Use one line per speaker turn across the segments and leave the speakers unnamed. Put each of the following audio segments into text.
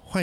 欢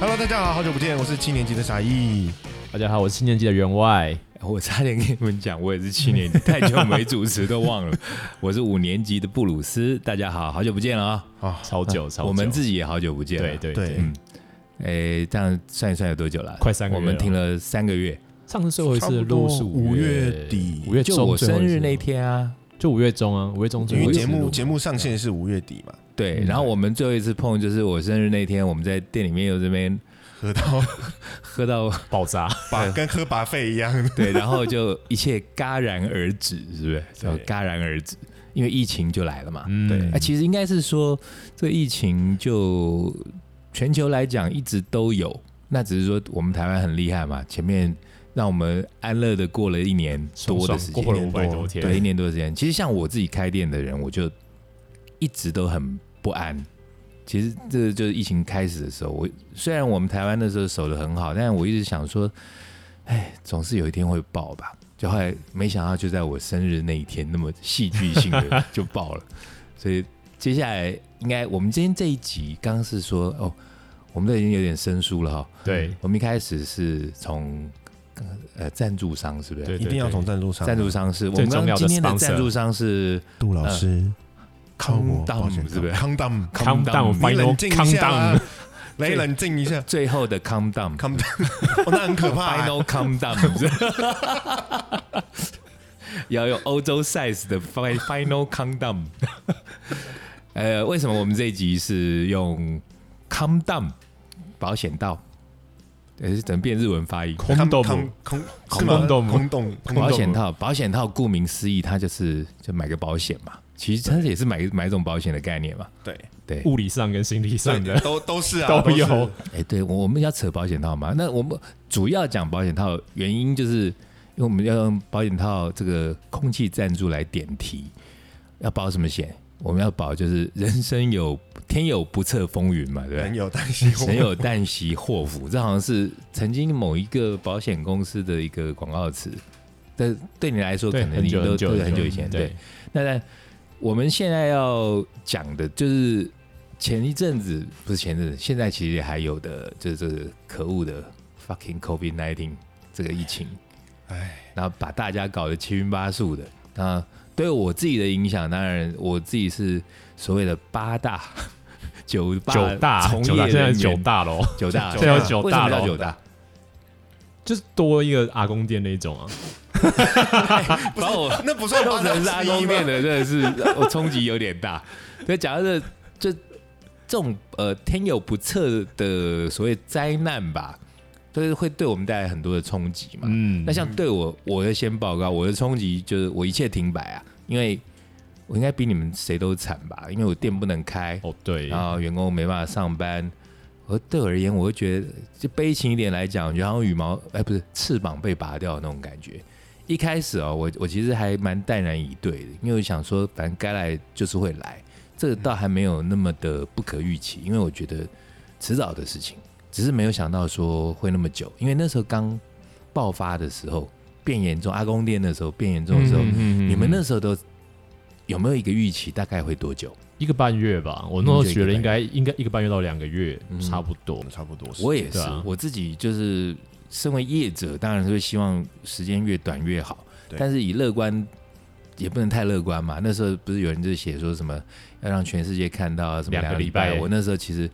Hello，大家好，好久不见，我是七年级的傻义。
大家好，我是七年级的员外。
我差点跟你们讲，我也是七年级， 太久没主持都忘了。我是五年级的布鲁斯，大家好，好久不见了啊！
啊，
超久，超久，
我们自己也好久不见了。
对对
对
对，
嗯
诶，这样算一算有多久了？
快三个月了
我们停了三个月，
上次最后一
差
次
不
录
多
是
五
月
月底
五月中
就我
最后
生
一次
日
录
那，天啊。
就五月中啊，五月中最
因
后
为
一次
节
录
目节目上线是五月底嘛，
对，
嗯
然后我们最后一次碰就是我生日那天，我们在店里面有这边
喝到
喝到，
爆 炸，
把跟喝把费一样。
对，然后就一切戛然而止，是不 是？叫戛然而止，因为疫情就来了嘛。
嗯，
对
啊，其实应该是说，这疫情就全球来讲一直都有，那只是说我们台湾很厉害嘛，前面让我们安乐的过了一年多的时间，
过了
一
五
年
百
多
多天，
对，一年多的时间。其实像我自己开店的人，我就一直都很不安。其实这就是疫情开始的时候，我虽然我们台湾那时候守的很好，但我一直想说，哎，总是有一天会爆吧。就后来没想到，就在我生日那一天，那么戏剧性的就爆了。所以接下来应该我们今天这一集，刚刚是说哦，我们都已经有点生疏了哈、
对
我们一开始是从呃赞助商是不是？
对，
一定要从赞助商。
赞助商是我
最
们
重
刚
要
刚
的
今天的
sponsor
赞助商是
杜老师，靠我
Condom，
保险
是不是哦
康 m
康
Calm Down，
我
你冷静一下啊
Final，
来冷静一下
最后的 calm down，
康 o m 那很可怕欸。
final calm down，是不是 要用欧洲 size 的 fi- final calm down。呃，为什么我们这一集是用 calm down 保险道？呃，是怎么变日文发音？
空洞
空空
空洞
空洞
保险套，保险套顾名思义，它就是就买个保险嘛。其实它也是买买一种保险的概念嘛。
对，
对，
物理上跟心理上
对
的
都都是啊，
都
是
有。
哎、对我我们要扯保险套嘛？那我们主要讲保险套原因，就是因为我们要用保险套这个空气赞助来点题。要保什么险？我们要保就是人生有天有不测风云嘛，对不对
很？有担心。
人有旦夕祸福，这好像是曾经某一个保险公司的一个广告词，但对你来说可
对，
能
很
你
久
都
久
都是很久以前。对，
对，
那那我们现在要讲的就是前一阵子，不是前阵子，现在其实还有的，就是这个可恶的 fucking COVID nineteen 这个疫情，
哎，
然后把大家搞得七晕八素的。那对我自己的影响，当然我自己是所谓的八大九大
九大
从
九大
业
现在
人
是九
员
大喽，
九大
现在有九
为什
大
么叫
喽
九大，
就是多一个阿公店那一种啊，
把我
那 不算
弄成
拉
拉公面
的，
的，真的是我冲击有点大。 所以讲到这，就这种呃天有不测的所谓灾难吧，就是会对我们带来很多的冲击嘛。
嗯
那像对我，我要先报告我的冲击就是我一切停摆啊，因为我应该比你们谁都惨吧，因为我店不能开，
哦对，
然后员工没办法上班。而对我而言，我会觉得，就悲情一点来讲，我觉得好像羽毛，哎，不是翅膀被拔掉的那种感觉。一开始哦，我我其实还蛮淡然以对的，因为我想说，反正该来就是会来，
嗯
这个倒还没有那么的不可预期，因为我觉得迟早的事情，只是没有想到说会那么久。因为那时候刚爆发的时候变严重，阿公店的时候变严重的时候，
嗯
你们那时候都有没有一个预期，大概会多久？
一个半月吧，我那时候学了应该应该一个半月到两个月
嗯
差不多，
差不多是。
我也是，
对啊
我自己就是身为业者，当然是会希望时间越短越好。
对
但是以乐观也不能太乐观嘛。那时候不是有人就写说什么要让全世界看到啊什么
两个
个
礼
拜？
拜
我那时候其实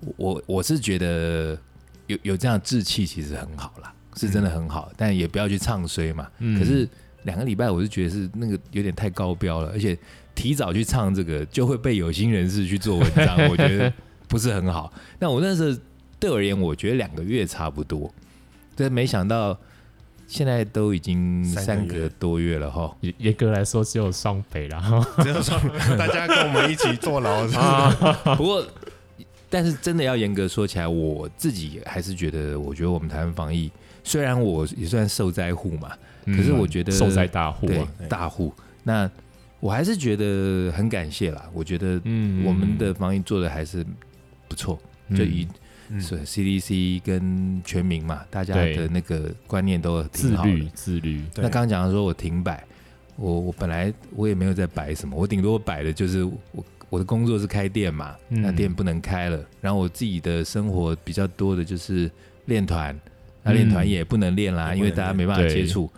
我我我是觉得有有这样的志气其实很好啦，是真的很好，但也不要去唱衰嘛。
嗯
可是两个礼拜，我是觉得是那个有点太高标了，而且提早去唱这个就会被有心人士去做文章，我觉得不是很好。那我那时候对我而言，我觉得两个月差不多，但没想到现在都已经
三
三
个月
个多月了哈。
严严格来说只有双倍啦，
啊
只有说大家跟我们一起坐牢，
不过但是真的要严格说起来，我自己还是觉得，我觉得我们台湾防疫，虽然我也算受灾户嘛， 可是我觉得
嗯受灾大户
对
啊，
大户，那我还是觉得很感谢啦。我觉得
嗯
我们的防疫做的还是不错，
嗯
就以
嗯
所以 CDC 跟全民嘛，大家
对
的那个观念都挺
自
好的
律自律，
对
那刚刚讲的说我停摆，我我本来我也没有在摆什么，我顶多摆的就是我我的工作是开店嘛，
嗯
那店不能开了，然后我自己的生活比较多的就是练团，那练团
嗯
也不能练啦，
也不能
因为大家没办法
练
接
对
触，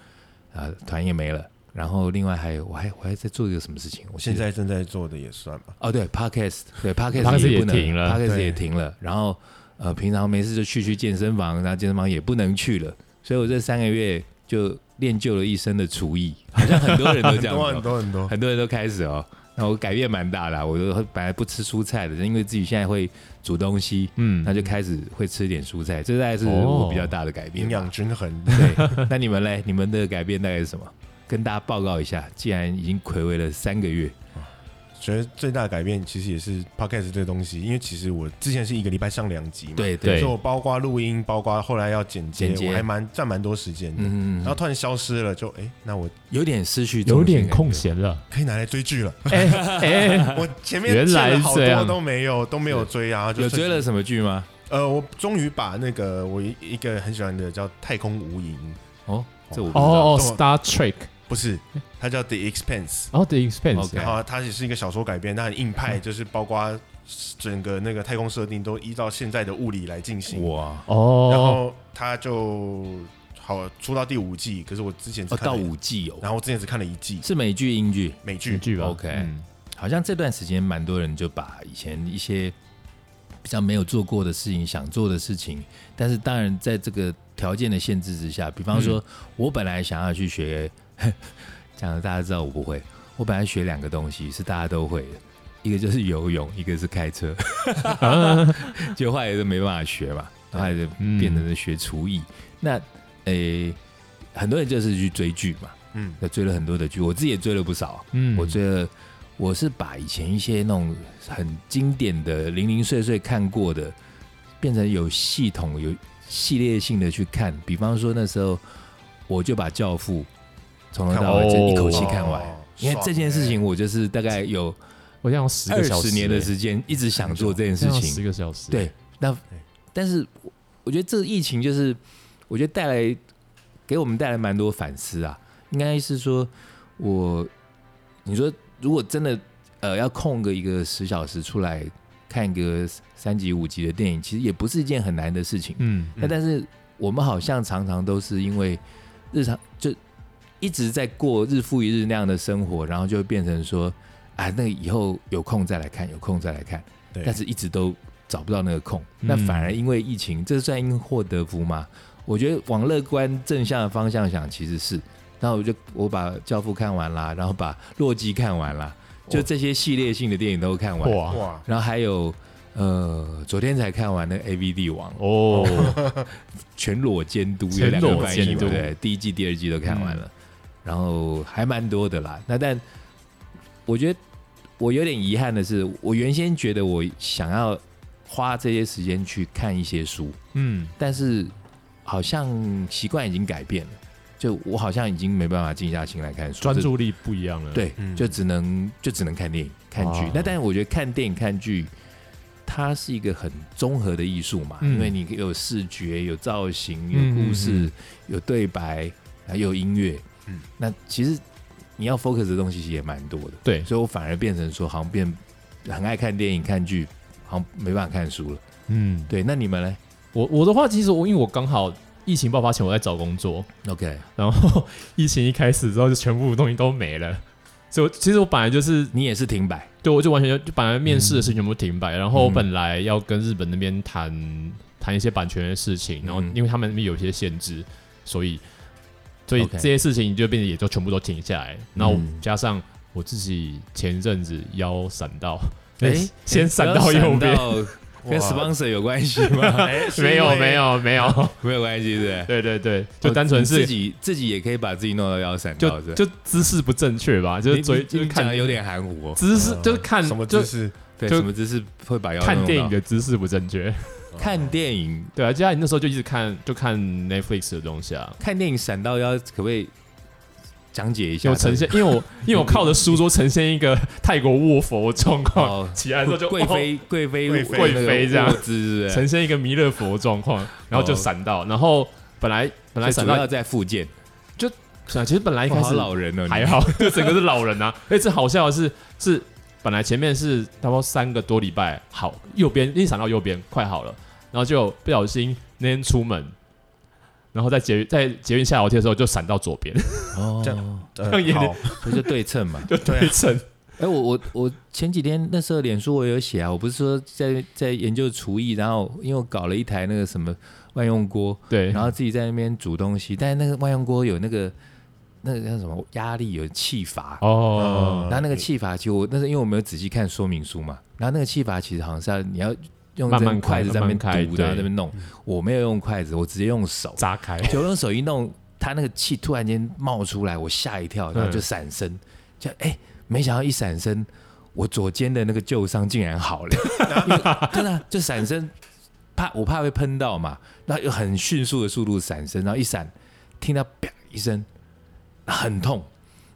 啊，团也没了。然后另外还有我还我还在做一个什么事情，我记
现
得
在正在做的也算吧。
哦对，podcast 对
podcast
podcast 不能
也停了
，podcast
对
也停了，然后呃平常没事就去去健身房，然后健身房也不能去了，所以我这三个月就练就了一身的厨艺，好像很多人都
很
这样子
多 很
哦，
多很多，
很多人都开始哦。那我改变蛮大的啊、我都本来不吃蔬菜的，因为自己现在会煮东西，
嗯
那就开始会吃点蔬菜，这大概是
哦
我比较大的改变
营
吧。
养均衡。
对，那你们嘞？你们的改变大概是什么？跟大家报告一下，既然已经暌违了三个月，
觉得最大的改变其实也是 podcast 这个东西，因为其实我之前是一个礼拜上两集嘛，
对
对
所以我包括录音，包括后来要剪接，
剪接
我还蛮占蛮多时间的。
嗯，
然后突然消失了，就哎、那我
有点失去，
有点空。闲了，
可以拿来追剧 了。
哎哎，
我前面
原来
见了好
这
多
样
都没有都没有追啊，就
有
是
追了。什么剧吗？
呃，我终于把那个我一一个很喜欢的叫《太空无垠》，
哦，这我不知 道。
哦哦
这么
，Star Trek，
不是，它叫《The Expanse》。
然后 The Expanse，
OK
然后它也是一个小说改编，它很硬 派，就是包括整个那个太空设定都依照现在的物理来进行。
哇，
然
哦，
后它就好出到第五季，可是我之前只
哦，
看了
到，五季哦，
然后我之前只看了一季
是美剧、英剧。
美
剧
剧，
剧吧
OK
嗯
好像这段时间蛮多人就把以前一些比较没有做过的事情、想做的事情，但是当然在这个条件的限制之下，比方
嗯
说，我本来想要去学， 讲的大家知道我不会，我本来学两个东西是大家都会的。一个就是游泳，一个是开车，
啊
就后来就没办法学嘛，后来就
嗯
变成了学厨艺。那诶、很多人就是去追剧嘛，
嗯，
那追了很多的剧，我自己也追了不少。
嗯，
我觉得我是把以前一些那种很经典的、零零碎碎看过的，变成有系统、有系列性的去看。比方说那时候，我就把《教父》从头到
看
尾
完
这一口
我
气
去
看完，
哦
因为这件事，情
爽
我就是大概有
我想欸十
二
个小
十
时
年
欸
的时间一直想做这件事情
十。个小时，欸
对，那但是我我觉得这疫情就是，我觉得带来给我们带来蛮多反思啊。应该是说我，你说如果真的呃要空个一个十小时出来看个三集五集的电影，其实也不是一件很难的事情。
嗯，
那、但是我们好像常常都是因为日常就一直在过日复一日那样的生活，然后就会变成说啊，那以后有空再来看，有空再来看。
对
但是一直都找不到那个空。
嗯
那反而因为疫情，这算因祸得福吗？我觉得往乐观正向的方向想，其实是。然后我就我把《教父》看完啦，然后把《洛基》看完啦，就这些系列性的电影都看完。
哇
哇，
然后还有呃，昨天才看完那个 A V 帝王
哦，
全裸监督，
全裸
有两个翻译
监督嗯
对不对？第一季、第二季都看完了，然后还蛮多的啦。那但我觉得我有点遗憾的是，我原先觉得我想要花这些时间去看一些书，
嗯，
但是好像习惯已经改变了，就我好像已经没办法静下心来看书，
专注力不一样了，，
对，
嗯
就只能就只能看电影、看剧。
哦
那但是我觉得看电影、看剧，它是一个很综合的艺术嘛，
嗯
因为你有视觉、有造型、
嗯
有故事、
嗯嗯
有对白，还有音乐。
嗯
嗯，那其实你要 focus 的东西其实也蛮多的，
对
所以我反而变成说，好像变很爱看电影、看剧，好像没办法看书了。
嗯，
对，那你们呢
我我的话，其实我因为我刚好疫情爆发前我在找工作，
？OK，
然后疫情一开始之后就全部东西都没了，所以我其实我本来就是
你也是停摆，
对我就完全就本来面试的事情全部停摆，然后我
嗯
本来要跟日本那边谈谈一些版权的事情，然后
嗯
因为他们那边有一些限制，所以所以
OK
这些事情就变得也就全部都停下来，然后
嗯
加上我自己前一阵子腰闪到，
哎
先闪到右边。
闪到跟
哇
sponsor 有关系 吗？
哎
没有没，
是因为
有没有，
没有关系，对不 对？
对对对，就单纯
哦你
是
自己自己也可以把自己弄到腰闪到，
就是
吧
就姿势不正确吧，就是
你你
嘴
你
就是
讲
看
的有点含糊哦、
姿势
呃
就是看
什么
就
姿势？啊
对，
就
什么姿势会把腰
看
弄
电影
到
的姿势不正确。
看电影
对啊，就像你那时候就一直看，就看 Netflix 的东西啊，
看电影闪到腰，可不可以讲解一下？
有呈现，因为 我因为我靠着书桌呈现一个泰国卧佛的状
哦
况，起来的时候就
贵
哦
妃贵妃
贵妃
那
贵
个
妃这样
卧姿，是不
呈
是？
现一个弥勒佛的状况，然后
哦
就闪到，然后本来本来
所
闪
以主
到
要，在附件，
其实本来一
我
开
好
始
老人哦，你
还 好，就整个是老人啊。而且好笑的是，是本来前面是差不多三个多礼拜好，右边一闪到右边快好了，然后就不小心那天出门，然后在捷运在捷运下楼梯的时候就闪到左边，
哦，
这 呃
像演
好
所以就对称嘛。
就对称。
哎，我我我前几天那时候脸书我有写啊，我不是说在在研究厨艺，然后因为我搞了一台那个什么万用锅，
对，
然后自己在那边煮东西，但是那个万用锅有那个那个叫什么压力有气阀，
嗯
哦
然后那个气阀，其实我那是因为我没有仔细看说明书嘛。然后那个气阀其实好像是要你要用
慢
这
慢
个筷子
开
在那边
慢慢开
堵，
对
然后在那边弄。我没有用筷子，我直接用手，
炸开，
就用手一弄，它那个气突然间冒出来，我吓一跳，然后就闪身，就哎，没想到一闪身，我左肩的那个旧伤竟然好了，因为真的啊就闪身，怕我怕会喷到嘛，然后又很迅速的速度闪身，然后一闪，听到啪一声，很痛，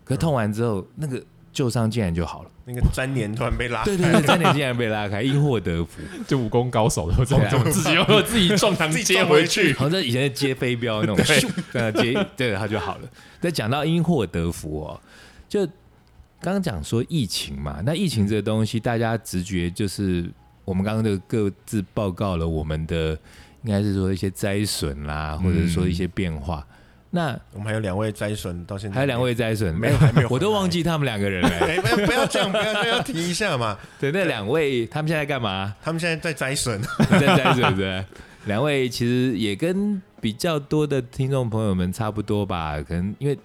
可是痛完之后，那个旧伤竟然就好了。
那个粘连突然被拉开，
对对对，站点竟然被拉开，因祸得福。
就武功高手 都这
对
样，自己又自己撞 墙
自己
接
撞
回
回
去
去。
好像以前是接飞镖那种，咻，呃，接对，他就好了。但讲到因祸得福哦，就刚刚讲说疫情嘛，那疫情这个东西，大家直觉就是我们刚刚就各自报告了我们的，应该是说一些灾损啦，或者是
嗯
说一些变化。那
我们还有两位摘笋到现在，
还有两位灾损，
没有还没有
我都忘记他们两个人了。
哎，不要不要这样，不要这样，要提一下嘛。
对，那两位他们现在干嘛？
他们现在在摘笋，
在在水对。 两位其实也跟比较多的听众朋友们差不多吧，可能因为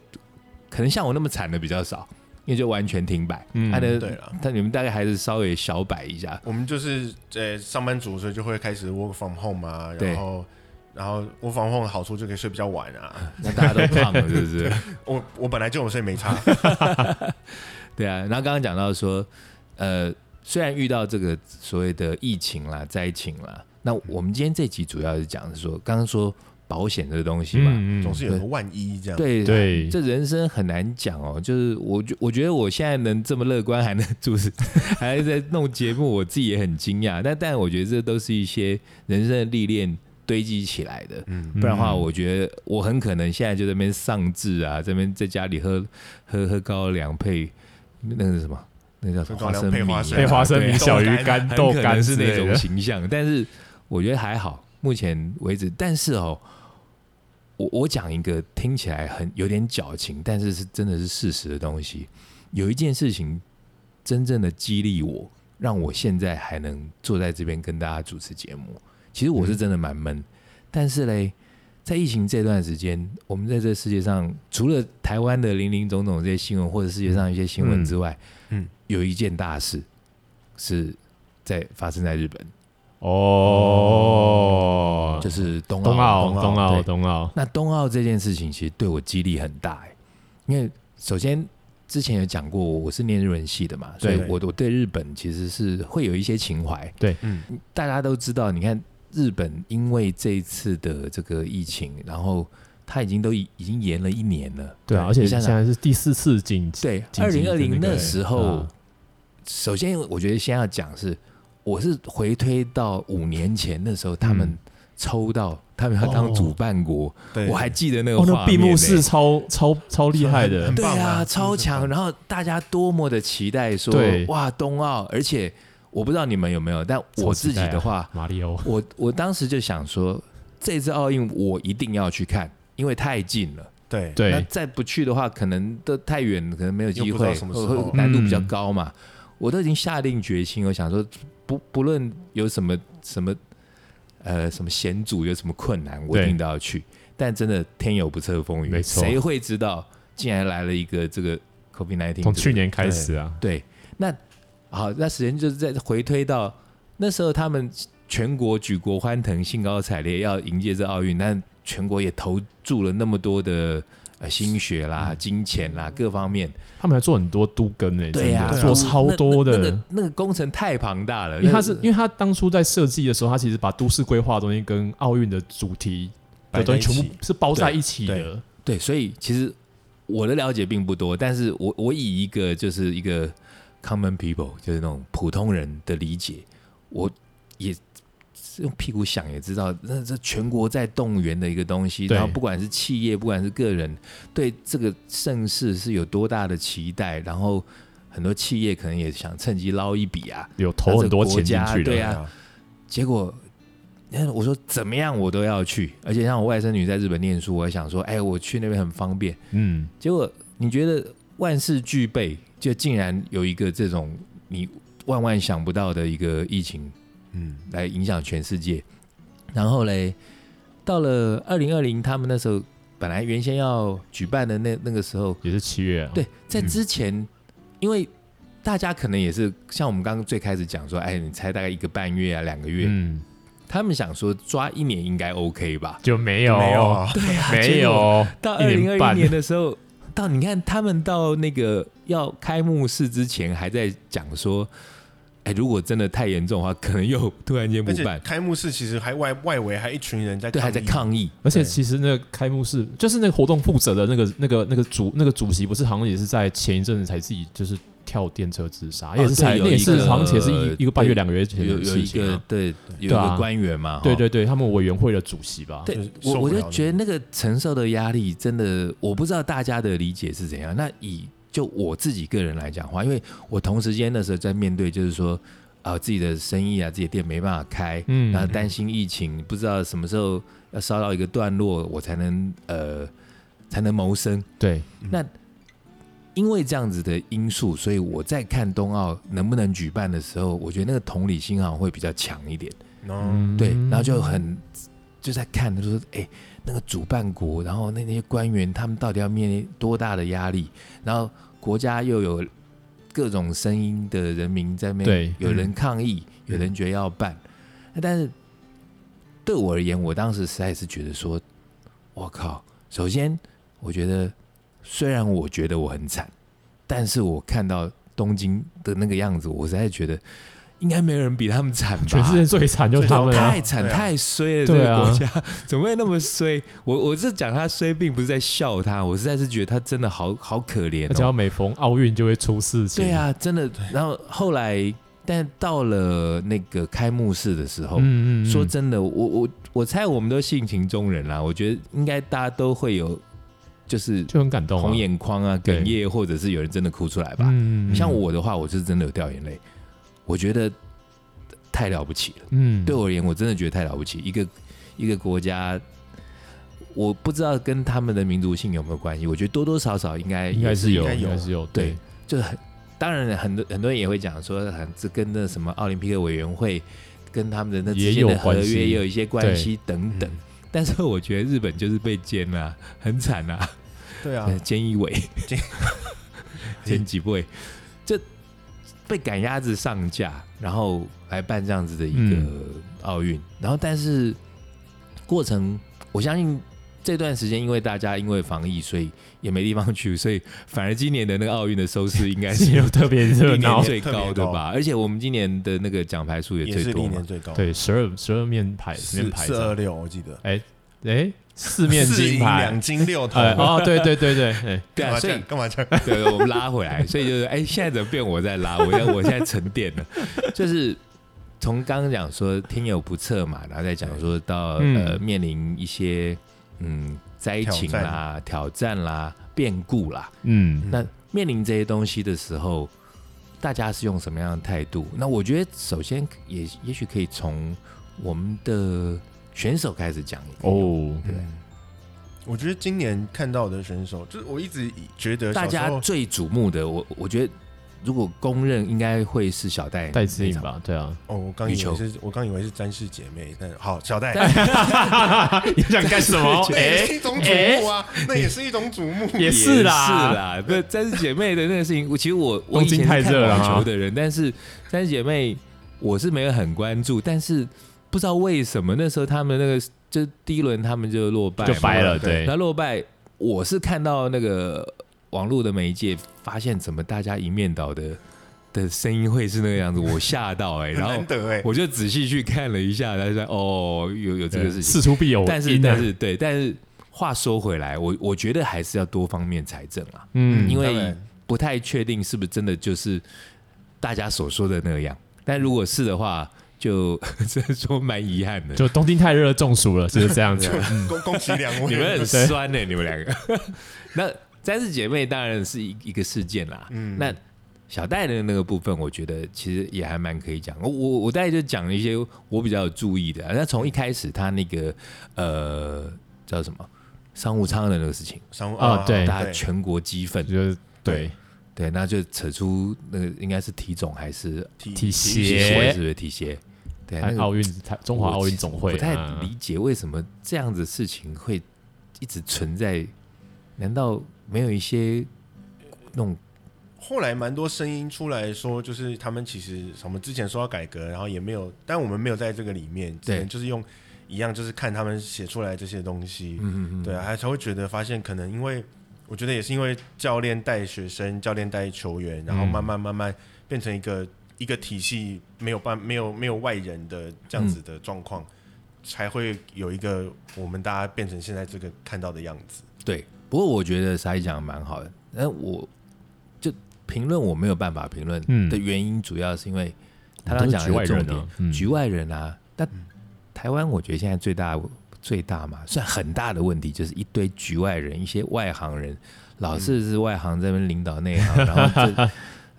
可能像我那么惨的比较少，因为就完全停摆。
嗯
他
对
的
啦
他你们大概还是稍微小摆 一 下，
我们就是呃上班族，所以就会开始 work from home 啊，
对
然后然后 work from home 的好处就可以睡比较晚啊。
那大家都胖了，是不 是？
我我本来就有睡没差，
对啊，然后刚刚讲到说，呃，虽然遇到这个所谓的疫情啦、灾情啦，那我们今天这集主要是讲说，刚刚说保险这个东西嘛，
嗯
总是有个万一这样。
对哎
对
这人生很难讲哦，就是我觉我觉得我现在能这么乐观，还能 主持，还在弄节目，我自己也很惊讶。但但我觉得这都是一些人生的历练堆积起来的，
嗯，
不然的话，我觉得我很可能现在就在那边丧志啊，这边在家里喝喝喝高粱配那个是什么，那叫什么
喝高粱
生
配
米
花
啊
生
配花生
对
米、
啊
小鱼干、
很
豆
可
干
能是
之类
那种
的。
形象，但是我觉得还好，目前为止。但是哦，我我讲一个听起来很有点矫情，但是是真的是事实的东西。有一件事情真正的激励我，让我现在还能坐在这边跟大家主持节目。其实我是真的蛮闷，但是嘞，在疫情这段时间，我们在这世界上，除了台湾的零零总总这些新闻，或者世界上一些新闻之外，
嗯嗯
有一件大事是在发生在日本，
哦，
就是冬奥。
冬奥，
冬
冬
奥
奥，
对
冬奥，
那冬奥这件事情其实对我激励很大、欸，因为首先之前有讲过，我是念日文系的嘛，所
对
以我我对日本其实是会有一些情怀。
嗯，
大家都知道，你看日本因为这一次的这个疫情，然后它已经都已已经延了一年了。
对啊，而且
你
现
想想
在是第四次进，
对，
紧
二
急
零
的
二零
那个
那时候
啊，
首先我觉得先要讲是，我是回推到五年前那时候，他们
嗯
抽到他们要当主办国，
哦对，
我还记得那个
哦，
画
那闭
面
幕
呢
式超超超厉害的
很，
对
棒
啊，
啊
超强！然后大家多么的期待说
对，
哇，冬奥！而且我不知道你们有没有，但我
啊
自己的话，
马里奥，
我我当时就想说，这次奥运我一定要去看，因为太近了。
对
那
对，
再不去的话，可能都太远，可能没有机
又不知道
会，
什么时候嗯
或或难度比较高嘛。我都已经下定决心，我想说，不不论有什么什么呃什么险阻，有什么困难，我一
对
定都要去。但真的天有不测风
没
云，
错
谁会知道竟然来了一个这个 COVID nineteen？
从去年开始啊，
对，那好，那时间就是在回推到那时候，他们全国举国欢腾，兴高采烈要迎接这奥运，但全国也投注了那么多的呃心血啦、金钱啦各方面，
他们还做很多都跟呢、
对呀、
真的
对啊
做超多
那那那
的
个。那个工程太庞大了，
因为他
那
是因为他当初在设计的时候，他其实把都市规划的东西跟奥运的主题的东西全部是包在一起
对
的。
对，所以其实我的了解并不多，但是我我以一个就是一个 common people，就是那种普通人的理解，我也用屁股想也知道，那这全国在动员的一个东西，
对
然后不管是企业，不管是个人，对这个盛世是有多大的期待，然后很多企业可能也想趁机捞一笔啊，
有投很多钱进
那这
去的，
个国家对啊，结果，那我说怎么样我都要去，而且像我外甥女在日本念书，我还想说，哎，我去那边很方便。
嗯，
结果你觉得万事俱备，就竟然有一个这种你万万想不到的一个疫情
嗯，
来影响全世界。然后嘞，到了二零二零，他们那时候本来原先要举办的那那个时候，
也是七月、啊，
对，在
嗯
之前，因为大家可能也是像我们刚刚最开始讲说，哎，你猜大概一个半月啊，两个月，
嗯，
他们想说抓一年应该 OK 吧？
就没有
没有啊，
对啊
没 有
到
一
二零
年半
二一年的时候， 到你看他们到那个要开幕式之前，还在讲说，哎，如果真的太严重的话，可能又突然间不
而且
办，
开幕式其实还外外围还一群人在
对，还在
议，
抗议，
而且其实那个开幕式，就是那个活动负责的那个、那个、那个主、那个主席，不是好像也是在前一阵子才自己就是跳电车自杀，也是才
啊对有
那也是
一个
好像也是
对
一一个半月、两个月前
有
的
有
事
一
情
个
啊。
对有一
对啊
个官员嘛，
对
哈
对对，他们委员会的主席吧。
啊就
对
是，受
我
不
我就
了那
觉得
个
那个承受的压力真的，我不知道大家的理解是怎样。那以就我自己个人来讲的话，因为我同时间的时候在面对，就是说，啊、自己的生意啊，自己的店没办法开，
嗯
然后担心疫情，不知道什么时候要烧到一个段落，我才能呃才能谋生。
对，
因为这样子的因素，所以我在看冬奥能不能举办的时候，我觉得那个同理心好像会比较强一点。
嗯，
对，然后就很就在看，就说哎、那个主办国，然后那那些官员他们到底要面临多大的压力？然后国家又有各种声音的人民在面，
对
有人抗议，
嗯
有人觉得要办，那但是对我而言，我当时实在是觉得说，我靠，首先我觉得虽然我觉得我很惨，但是我看到东京的那个样子，我实在觉得。应该没有人比他们惨吧？
全世界最惨就是他们啊
太。惨、
对啊
太衰了，这
对
个
啊
国家 怎么会那么衰？我我是讲他衰，并不是在笑他，我实在是觉得他真的好好可怜、
而且要
哦。
每逢奥运就会出事情。
对，啊，真的。然后后来，但到了那个开幕式的时候，
嗯嗯，嗯
说真的，我我我猜我们都性情中人啦。我觉得应该大家都会有，就是
就很感动啊。
红眼眶啊、
对
哽咽，或者是有人真的哭出来吧。
嗯，嗯
像，我的话，我是真的有掉眼泪，我觉得太了不起了。
嗯，
对我而言，我真的觉得太了不起。一个一个国家，我不知道跟他们的民族性有没有关系，我觉得多多少少应该
应该是
也
有，
应该
应
有
该是有，
对，就是很当然很多很多人也会讲说，很这跟那什么奥林匹克委员会跟他们的那
也
之间的
有
合
关系
约也有一些关
对嗯
系等等。但是我觉得日本就是被奸啊，很惨啊。
对啊，
呃，菅义伟
菅，
菅几位，这被赶鸭子上架，然后来办这样子的一个
嗯
奥运，然后但是过程，我相信这段时间因为大家因为防疫，所以也没地方去，所以反而今年的那个奥运的收视应该
是
是
有特别热
历年
闹。
最高
特
的
别
吧，而且我们今年的那个奖牌数也
也是
最多
历
嘛
年，最高，，
对，十二十二面牌，
四
面牌
四
这样
二六，我记得
哎，四面
四
金
银
牌
两，金六铜
哎，哦，对对对对，哎，
对
干
啊，
嘛
所
这
以
样？干嘛这样？
对，我们拉回来，所以就是，哎、现在怎么变我在拉？我现在我现在沉淀了，就是从刚刚讲说天有不测嘛，然后再讲说到、
嗯
呃面临一些嗯灾情啦、挑战啦、变故啦，
嗯，
那面临这些东西的时候，大家是用什么样的态度？那我觉得首先也也许可以从我们的选手开始讲
哦，
对
我觉得今年看到的选手，就是我一直觉得
大
小时
家
候
最瞩目的，我我觉得如果公认应该会是小戴
戴资
那
颖
场
吧，对啊，
哦，我刚
羽
以为
球哎
是，我刚以为是詹氏姐妹，但好，小戴，
你想干什 么？
那也是一种瞩目啊，那也是一种瞩目。
也
哎是
是啦，
啦，不，三十姐妹的那个事情，我 其实我我
东
以
京
前是
太
看
热了
网
哈
球的人，但是三十姐妹我是没有很关注，但是不知道为什么那时候他们那个就第一轮他们就落败嘛，
就掰了，
对
对
然，后落败，我是看到那个网络的媒介，发现怎么大家一面倒的的声音会是那个样子，我吓到哎、
很
然后
难得哎，
我就仔细去看了一下，然后说哦，有有这个事情，
事出必有因啊，
但是但是对，但是话说回来，我我觉得还是要多方面财政啊，
嗯
因
当
为
然
不太确定是不是真的就是大家所说的那样，但如果是的话，就 只能说蛮遗憾的。
就东京太热中暑了，就是这样子。啊
恭恭喜两位，
你们很酸呢、欸你们两个。 那三四姐妹当然是一一个事件啦。
嗯
那小戴的那个部分，我觉得其实也还蛮可以讲。我我我大概就讲了一些我比较有注意的啊。那从一开始他那个呃叫什么商务舱的那个事情，
商务
啊对
大家全国激愤，
就是对
对，那就扯出那个应该是体总还是
体
体
协
是不是体协？对，那
还
个
奥运台中华奥运总会，
不太
嗯
理解为什么这样子的事情会一直存在？难道没有一些那种
后来蛮多声音出来说，就是他们其实我们之前说要改革，然后也没有，但我们没有在这个里面，
对
只能就是用一样，就是看他们写出来这些东西，
嗯嗯嗯
对啊，还才会觉得发现可能因为我觉得也是因为教练带学生，教练带球员，然后慢慢慢慢变成一个一个体系，没有办没有没有外人的这样子的状况，才会有一个我们大家变成现在这个看到的样子。
对？不过我觉得沙溢讲的蛮好的，但我就评论我没有办法评论
嗯
的原因，主要是因为他
都
刚
是
讲
局
的
外
重
人啊
点
嗯
局外人啊。但台湾我觉得现在最大最大嘛，算很大的问题就是一堆局外人，一些外行人，
嗯
老是是外行这边领导内行，然后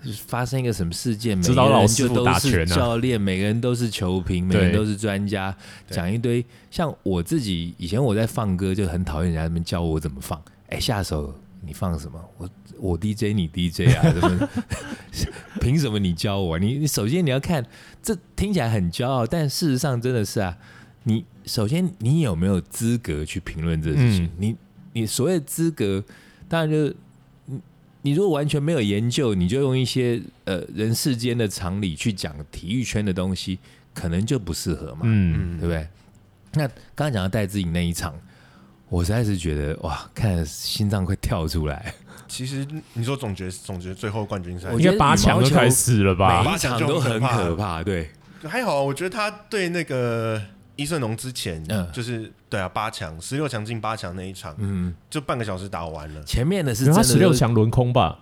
这发生一个什么事件，每
指
个
导
人
老师
就
傅
都
打
是
拳啊
教练，每个人都是球评，每个人
对
都是专家，
对
讲一堆。像我自己以前我在放歌就很讨厌人家在那边教我怎么放，哎，下手你放什么？我我 DJ 你 DJ 啊，什么？ 凭什么你教我？你你首先你要看，这听起来很骄傲，但事实上真的是啊，你首先你有没有资格去评论这事情？
嗯
你你所谓的资格，当然就是你你如果完全没有研究，你就用一些呃人世间的常理去讲体育圈的东西，可能就不适合嘛，
嗯，
嗯
对不对？那刚刚讲到戴志颖那一场，我实在是觉得哇，看了心脏快跳出来，
其实你说总决总决最后冠军赛
我，
应
觉
该
得
八强
羽毛
就
球
开始了吧？
每一场都很可怕，对。
还好啊，我觉得他对那个伊胜龙之前，
嗯
就是对啊，八强十六强进八强那一场，
嗯，
就半个小时打完了，
前面的是
因为
真
他
的
十六
都是
强轮空吧？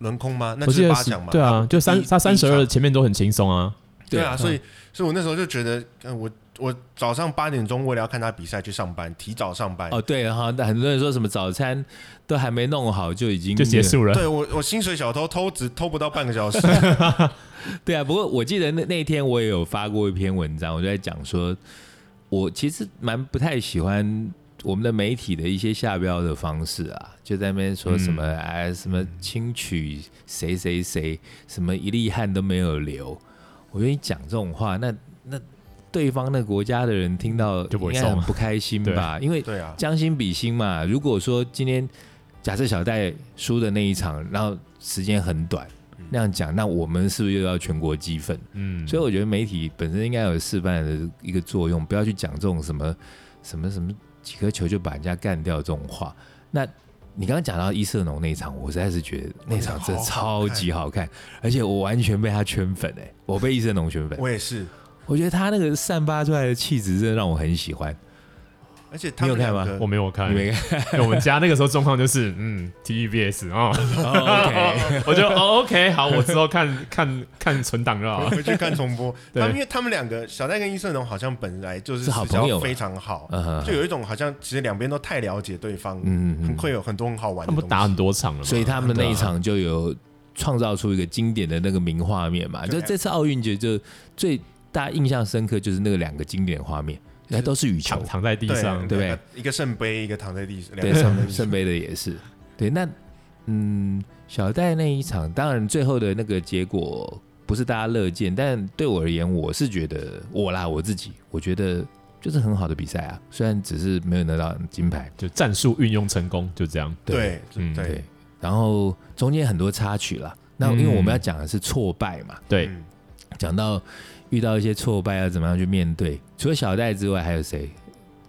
轮空吗？那
我
就是
记得
八
是
强嘛。
对啊，就三
第
他三十
第一
二
场
前面都很轻松啊。
对啊，所
以
以所以我那时候就觉得，呃、我我早上八点钟为了要看他比赛去上班，提早上班。
哦对，然后很多人说什么早餐都还没弄好就已经
就结。束了。
对我，我薪水小偷偷只偷不到半个小时，
对啊，不过我记得那那天我也有发过一篇文章，我就在讲说，我其实蛮不太喜欢我们的媒体的一些下标的方式啊，就在那边说什
嗯
么、哎什么轻取谁谁谁，什么一粒汗都没有流。我愿意讲这种话，那那对方那国家的人听到
就不会
应该
送
很
了
不开心
对
吧？因为
对啊，
将心比心嘛。如果说今天假设小戴输的那一场，然后时间很短，那样讲，那我们是不是又要全国激愤？
嗯，
所以我觉得媒体本身应该有示范的一个作用，不要去讲这种什么什么什么几颗球就把人家干掉这种话。那你刚刚讲到伊瑟农那一场，我实在是觉得那场真的超级好看，而且我完全被他圈粉哎、我被伊瑟农圈粉，
我也是。
我觉得他那个散发出来的气质真的让我很喜欢。
而且他们
你有
两
看吗
个，
我没有看
嗯你，没看、
因为我们家那个时候状况就是，嗯，TVBS 啊，
哦、？OK，
我就哦 OK，好，我之后看 看看存档就好了。
啊回去看重 播。
对
他们因为他们两个小戴跟伊胜龙好像本来就是
是好
私交
朋友嘛
非常好，
嗯
就有一种好像其实两边都太了解对方，
嗯嗯
很会有很多很好玩的
他们
东西。
打很多场了嘛，
所以他们那一场就有创造出一个经典的那个名画面嘛。就
对
这次奥运节就最大家印象深刻就是那个两个经典画面，那都是羽球
躺，躺在地
对
上，
对不对啊
两个一个圣杯，一个躺在地上，两
对
个躺在
圣
地上
圣杯的也是。对，那嗯，小戴那一场，当然最后的那个结果不是大家乐见，但对我而言，我是觉得我啦我自己，我觉得就是很好的比赛啊，虽然只是没有拿到金牌，
就战术运用成功，就这样。
对
嗯
对
对，然后中间很多插曲啦。那因为我们要讲的是挫败嘛，
对，
嗯
讲到遇到一些挫败要怎么样去面对，除了小戴之外，还有谁？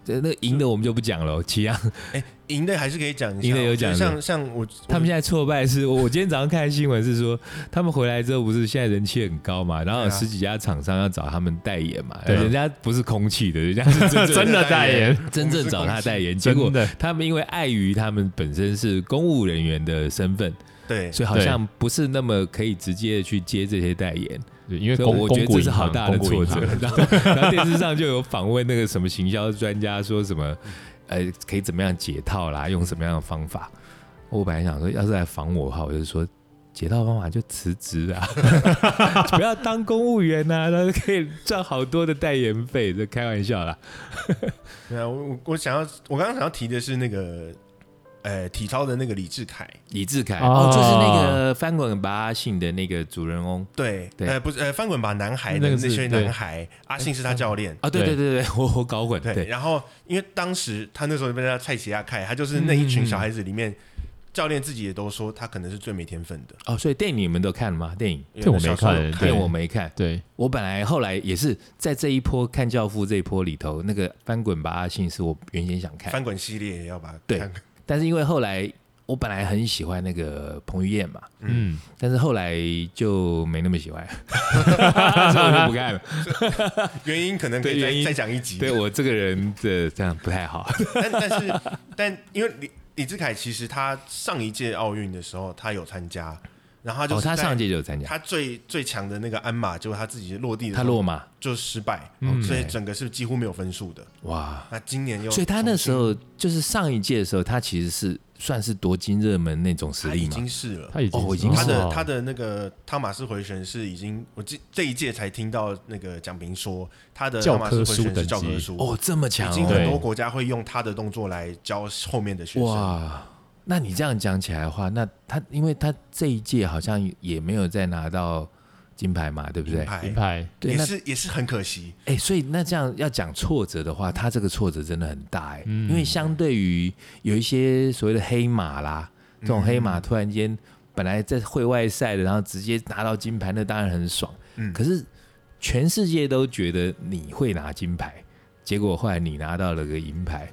这那赢的我们就不讲了，奇阳
哎，赢的还是可以讲一下，
赢的有奖
我觉得像像我
他们现在挫败是，我我今天早上看新闻是说，他们回来之后不是现在人气很高嘛，然后有
对啊
十几家厂商要找他们代言嘛，
对
人家不是空气的，人家是真正
真的代言，
真正找他代
言，
言，结
真
果
的
他们因为碍于他们本身是公务人员的身份，
对，
所以好像不是那么可以直接去接这些代言，
对因为
所以
公
我觉
公
得
股
这
银
是好
行，
大
公
的
股
挫
银
折
行。
然后，然后电视上就有访问那个什么行销专家，说什么，呃，可以怎么样解套啦，用什么样的方法？我本来想说，要是来防我的话，我就说。解套方法就辞职啊， 不要当公务员呐、啊，然后可以赚好多的代言费，这开玩笑啦。
对啊，我我我想要，我刚刚想要提的是那个，呃，体操的那个李志凯，
李志凯
哦
哦，就是那个翻滚吧阿信的那个主人翁
对，
对
呃，不是，呃，翻滚吧男孩的
那个
那
是
些
对
男孩，阿信是他教练。
啊，对对对对，我我搞混，
对，
对
然后因为当时他那时候被他蔡奇亚凯，他就是那一群小孩子里面，教练自己也都说他可能是最没天分的。
哦，所以电影你们都看了吗？电影，
因为
我没
小时候
看
有
对
电影我没看，
对，
我本来后来也是在这一波看《教父》这一波里头，那个翻滚吧阿信是我原先想看，
翻滚系列也要把它
哎对
看
但是因为后来我本来很喜欢那个彭于晏嘛，
嗯，
但是后来就没那么喜欢，所以我就不看了。
原因可能可以
对原
再
因
再讲一集。
对我这个人的这样不太好，
但但是但因为李李志凯其实他上一届奥运的时候他有参加，然后他就
哦，
是
他
在
上届就有参加，
他最最强的那个鞍马，就他自己落地的时
他
候
落马，
就失败，
哦
所以整个是几乎没有分数的。
哇！
那今年又
所以他那时
重
候就是上一届的时候，他其实是算是夺金热门那种
新
实
他
力
已
嘛。
经是了。
他已经
哦
是
我已经
他
是
的他的那个汤马斯回旋是已经，我这这一届才听到那个蒋平说他的
教
汤马斯
科
回
书
旋是
等
教科
级
书，
哦，这么强、
已
哦，
经很多
对
国家会用他的动作来教后面的学生。
哇，那你这样讲起来的话，那他因为他这一届好像也没有再拿到金牌嘛，对不对？
牌
银牌，
对，
也
那
是也是很可惜，
哎、所以那这样要讲挫折的话，他这个挫折真的很大哎、
嗯
因为相对于有一些所谓的黑马啦，这种黑
嗯
马突然间本来在会外赛的，然后直接拿到金牌，那当然很爽。
嗯
可是全世界都觉得你会拿金牌，结果后来你拿到了个银牌，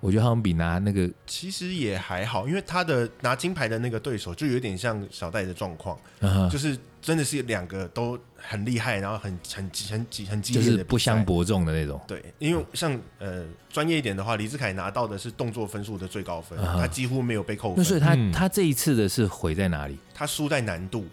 我觉得好像比拿那个
其实也还好，因为他的拿金牌的那个对手就有点像小戴的状况，
啊
就是真的是两个都很厉害，然后很很激很激很激
就
烈的
是不相
比赛。
伯仲的那种。
对，因为像呃专业一点的话，李志凯拿到的是动作分数的最高分，
啊哈
他几乎没有被扣
那所
分，
以他、
嗯
他这一次的是毁在哪里？
他输在难度，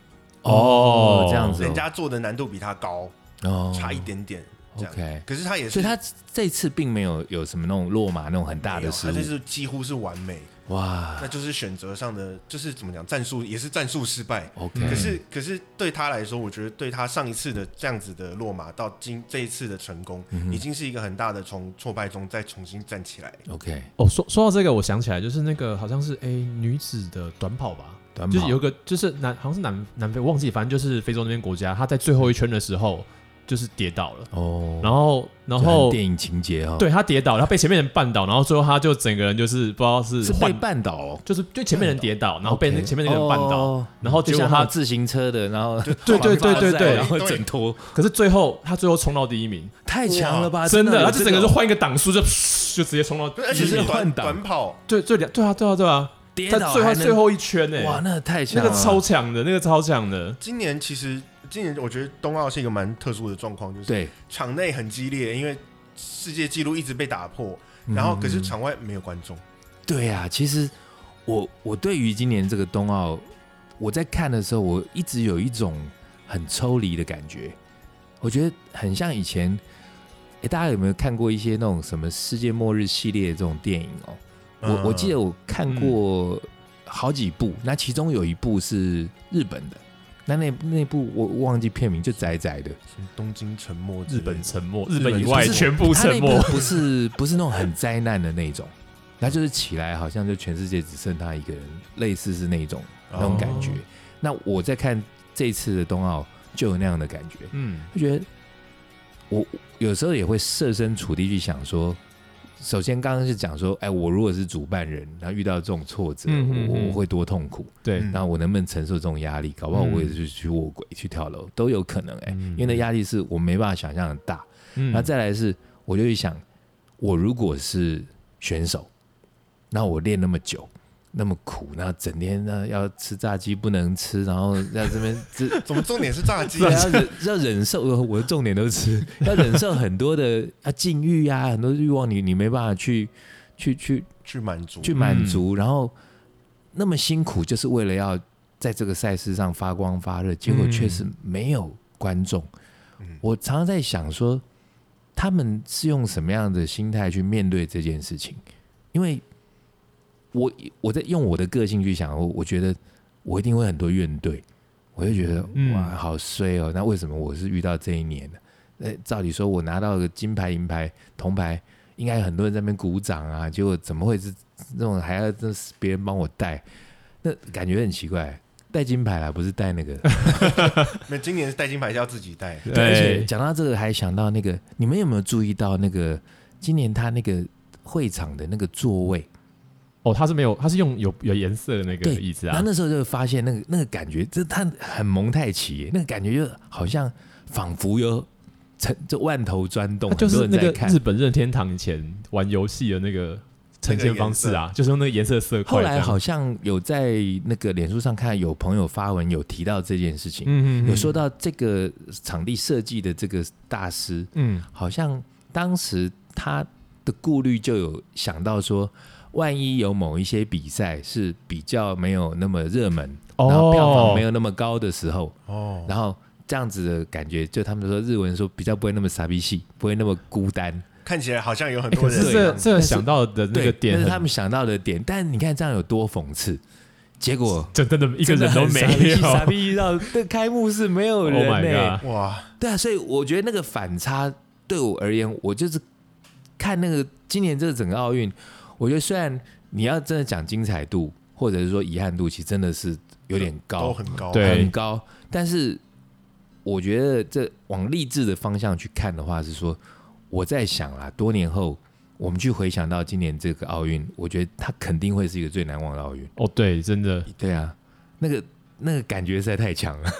哦
这样子哦、
人家做的难度比他高，
哦
差一点点这样。
OK，
可是他也是，
所以他这次并没有有什么那种落马那种很大
没有
的失
他就
误。
是几乎是完美，
哇
那就是选择上的，就是怎么讲，战术也是战术失败。
，OK，
可是，可是对他来说，我觉得对他上一次的这样子的落马，到今这一次的成功，
嗯
已经是一个很大的从挫败中再重新站起来。
OK，
哦，说说到这个，我想起来，就是那个好像是哎、女子的短跑吧，
短跑
就是有一个就是南好像是南南非，我忘记，反正就是非洲那边国家，她在最后一圈的时候就是跌倒了，
哦，
然后然
就很
后
电影情节哦，
对，她跌倒，她被前面人绊倒，然后最后她就整个人就是不知道是
是被
换，
绊倒哦，
就是就前面人跌倒，然后被那
OK
前面那个人绊倒，
哦
然后结
就
果
像他
她，
自行车的，然后
对对对对对
然后
对
挣脱，
可是最后她最后冲到第一名，
太强了吧，
真的，
啊有
她就整个
这
就
种
换一个档数就就直接冲到，
而且
只
是
是
短
换挡
短跑，
对对对啊对啊对啊，
跌
她
倒
最后
还能
最后一圈呢、
哇，那太
那
强了，
个超强的，那个超强的。
今年其实今年我觉得冬奥是一个蛮特殊的状况，就是
对，
场内很激烈，因为世界纪录一直被打破，
嗯
然后可
嗯
是场外没有观众。
对啊，其实我我对于今年这个冬奥，我在看的时候，我一直有一种很抽离的感觉。我觉得很像以前，诶，大家有没有看过一些那种什么世界末日系列的这种电影哦？
嗯
我我记得我看过好几部，那其中有一部是日本的，那那那部我我忘记片名，就窄窄的，
什么东京沉没之
日
类的
本沉没，
日
日
本
本以
外
外
沉没
全部
他
沉
那
没
个。不是不是那种很灾难的那种，他就是起来好像就全世界只剩他一个人，类似是那种那种感觉。
哦
那我在看这次的冬奥就有那样的感觉，
嗯，
就觉得我有时候也会设身处地去想说，首先刚刚是讲说，哎，我如果是主办人，然后遇到这种挫折，
嗯嗯
我
嗯
我会多痛苦。
对
嗯
那我能不能承受这种压力？搞不好
嗯
我也是去卧轨、去跳楼都有可能哎、
嗯
因为那压力是我没办法想象的大。
嗯
那再来是，我就去想，我如果是选手，那我练那么久，那么苦，那整天那要吃炸鸡不能吃，然后在这边这
怎么重点是炸鸡
对
啊？
要忍要忍受，我的重点都是要忍受很多的啊禁欲啊，很多欲望你你没办法去去去
去满足，
去满足，然后那么辛苦就是为了要在这个赛事上发光发热，结果却是没有观众。
嗯
我常常在想说，他们是用什么样的心态去面对这件事情？因为我我在用我的个性去想，我我觉得我一定会很多怨怼，我就觉得、
嗯
哇，好衰哦！那为什么我是遇到这一年呢？呃，照理说我拿到个金牌、银牌、铜牌，应该很多人在那边鼓掌啊，结果怎么会是那种还要这是别人帮我带？那感觉很奇怪。带金牌啦，不是带 那个。
那今年是带金牌是要自己带，
对，而且
对，
讲到这个，还想到那个，你们有没有注意到那个今年他那个会场的那个座位？
哦，他是没有，他是用有有颜色的那个
对
椅子
然
啊
后，那时候就发现那个那个感觉，这他很蒙太奇耶，那个感觉就好像仿佛有成这万头钻洞，
他啊就
很
是
多
那
人在
个
看
日。本任天堂以前玩游戏的那个呈现方式啊，就是用那个颜色色块
后
这样。
来好像有在那个脸书上看有朋友发文有提到这件事情，
嗯，嗯嗯，
有说到这个场地设计的这个大师，
嗯
好像当时他的顾虑就有想到说，万一有某一些比赛是比较没有那么热门，然
哦
后票房没有那么高的时候，
哦，
然后这样子的感觉，就他们说日文说比较不会那么傻逼戏，不会那么孤单。
看起来好像有很
可
多
是
人，
这这
但是
想到的那
对
个，点
那
很，
是他们想到的点。但你看这样有多讽刺，结果
真真的一个人都没
真的很
有。
傻逼傻逼到这开幕式没有
Oh
人
my
呢、
god！
哇，
对啊，所以我觉得那个反差对我而言，我就是看那个今年这个整个奥运，我觉得虽然你要真的讲精彩度，或者是说遗憾度，其实真的是有点
都
高，
很高，啊
对
很高。但是我觉得这往励志的方向去看的话，是说我在想啦，多年后我们去回想到今年这个奥运，我觉得它肯定会是一个最难忘的奥运。
哦，对，真的
对啊，那个那个感觉实在太强 了。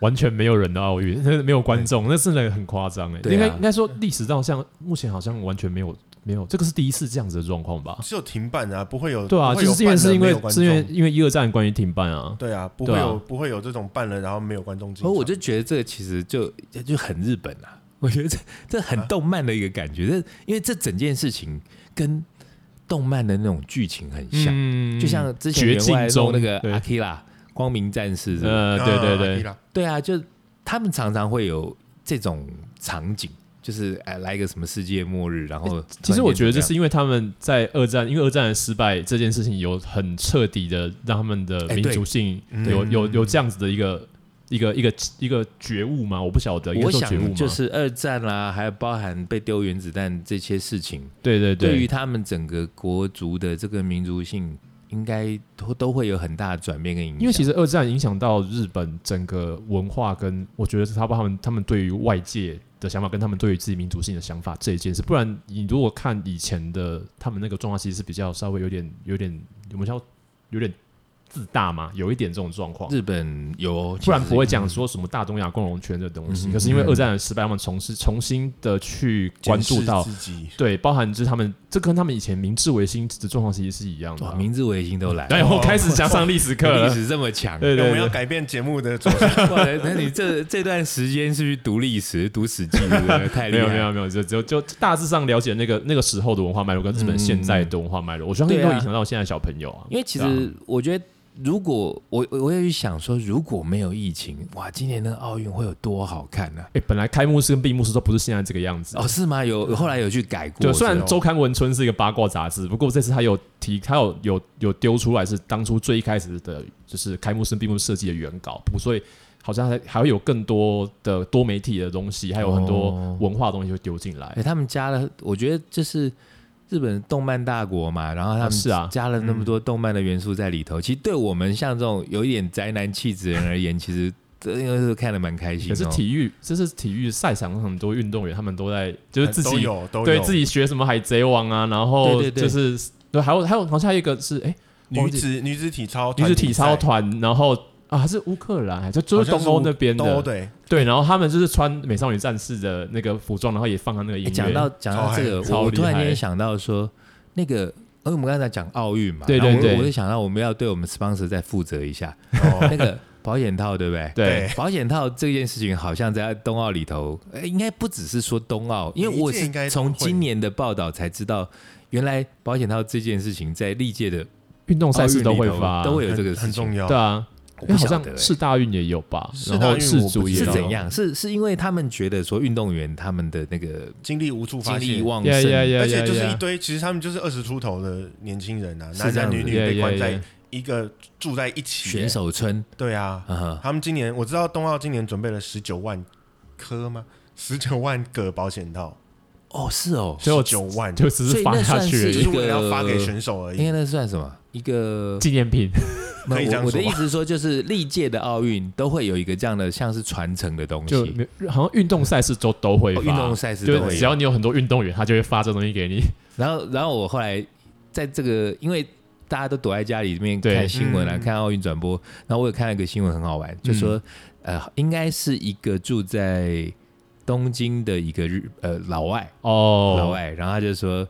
完全没有人的奥运，真的没有观众，那真的很夸张哎。
对啊
应该应该说历史上像目前好像完全没有没有，这个是第一次这样子的状况
哦
吧？
是有停办啊，不会有
对啊，
不会有
就是因为
办了
是因
没
为
有观
是因为
众
因为一二战关于停办啊，
对啊，不
对
会
啊哦
有不会有这种办了然后没有观众进
所
场，
以我就觉得这个其实就就很日本啊， 我觉得这这很动漫的一个感觉，这因为这整件事情跟动漫的那种剧情很像，
嗯
就像之前
绝
员外
境
弄
中
那个
对
Akira 光明战士是吧
呃，对对
啊，阿基
对，
拉
对啊，就他们常常会有这种场景，就是哎来一个什么世界末日，然后
其实我觉得这
突
是因为他们在二战，因为二战的失败这件事情有很彻底的让他们的
哎
民
对
族性
嗯
有
对
有有这样子的一个一个一个一个觉悟吗？我不晓得，
然
应
间怎么样
该说
我
觉悟
想
吗？
就是二战啦、还有包含被丢原子弹这些事情，
对对
对
对，
于他们整个国族的这个民族性，应该都都会有很大的转变跟影响。
因为其实二战影响到日本整个文化跟我觉得是他把他们他们对于外界的想法跟他们对于自己民族性的想法这一件事，不然你如果看以前的他们那个状况，其实是比较稍微有点有点我们叫有点自大嘛，有一点这种状况。
日本有哦，
不然不会
讲。
讲说什么大东亚共荣圈这东西。
嗯
可是因为二战的失败，他们重新重新的去关注到
检，视自己，
对，包含就是他们这跟他们以前明治维新的状况其实是一样的
哇，
啊。
明治维新都来，
对，我开始加上历史课
历
了。
史这么强，
哎哦 对
我
对
们要
对，
改变节目的走向，
哇那你这这段时间是去读历史、读史记， 对不对太厉
没有
害了。
没有没有，就就就大致上了解那个那个时候的文化脉络跟日本现在的文化脉络，我相信
对
都
啊
影响到现在的小朋友啊。
因为其
对啊
实我觉得，如果我我我也去想说，如果没有疫情，哇，今年那个奥运会有多好看呢、
哎，本来开幕式跟闭幕式都不是现在这个样子
哦，。是吗？有后来有去改过，
对，虽然
是
周刊文春是一个八卦杂志，不过这次他有提，他有有有丢出来是当初最一开始的，就是开幕式闭幕设计的原稿，不过所以好像还还会有更多的多媒体的东西，还有很多
哦
文化的东西会丢进
哎、
来。
他们加了，我觉得就是日本动漫大国嘛，然后他们
啊是啊嗯
加了那么多动漫的元素在里头。其实对我们像这种有一点宅男气质的人 而言，其实真的是看得蛮开心、
可
哦。
是体育，这是体育赛场上很多运动员，他们都在就是自
都
己
有都有
对自己学什么海贼王啊，然后
哦对对对
就是对，还有还有好像还有一个是哎
女子女子体操
女
团
子
体
体操
赛
团，然后啊，还是乌克兰，还是就
好
是
像
东欧那边
东欧
的，
对，
对，然后他们就是穿美少女战士的那个服装，然后也放他那个音乐，
诶哎讲到讲到这个，
哦哎超
我我
厉
突然
害
间想到说，那个，哦因为我们刚才讲奥运嘛，
对
然后
对对
我我就想到我们要对我们 sponsor 再负责一下，
哦
那个保险套，对不对？
对
对
保险套这件事情好像在冬奥里头，呃应该不只是说冬奥，因为我
每一届
是
应该都
从
会
今年的报道才知道，原来保险套这件事情在历届的
运动赛
奥运
事
里
都 会
头
发，
都会有
很
这个事
很
情
重要。
对啊，
我
因为好
不晓
像
得欸
四大运也有吧，
四
然
大
后
运
世
我
足
不
也
知
是
有
道，
怎样？是是因为他们觉得说运动员他们的那个
精力无处发
精力
泄。
旺
呀
盛，
呀呀
而且
呀
就是一
呀
堆，其实他们就是二十出头的年轻人啊，
是
男
这样
男
子
女女
呀
被
呀
关在
呀
一个住在一起。
选手村，
对啊，
啊哈
他们今年我知道冬奥今年准备了十九万颗吗？十九万个保险套，
哦是哦，
所以我
九万，
就只
所
是
以
发
那
下
算
去而
就
一
是
已，
为了要发给
个
选手而
应
已。
该那算什么？一 个
纪念品。
可以这样
我我的
说
意
吧
思是说，就是历届的奥运都会有一个这样的像是传承的东西，
就没有好像运动赛事都都会发，
哦运动赛事都
就
会
是
有
只要你有很多运动员，他就会发这东西给你。
然后，然后我后来在这个，因为大家都躲在家里面看新闻啊，
嗯
看奥运转播，然后我有看到一个新闻很好玩，就说、呃，应该是一个住在东京的一个日呃老外、
哦，
老外，然后他就说，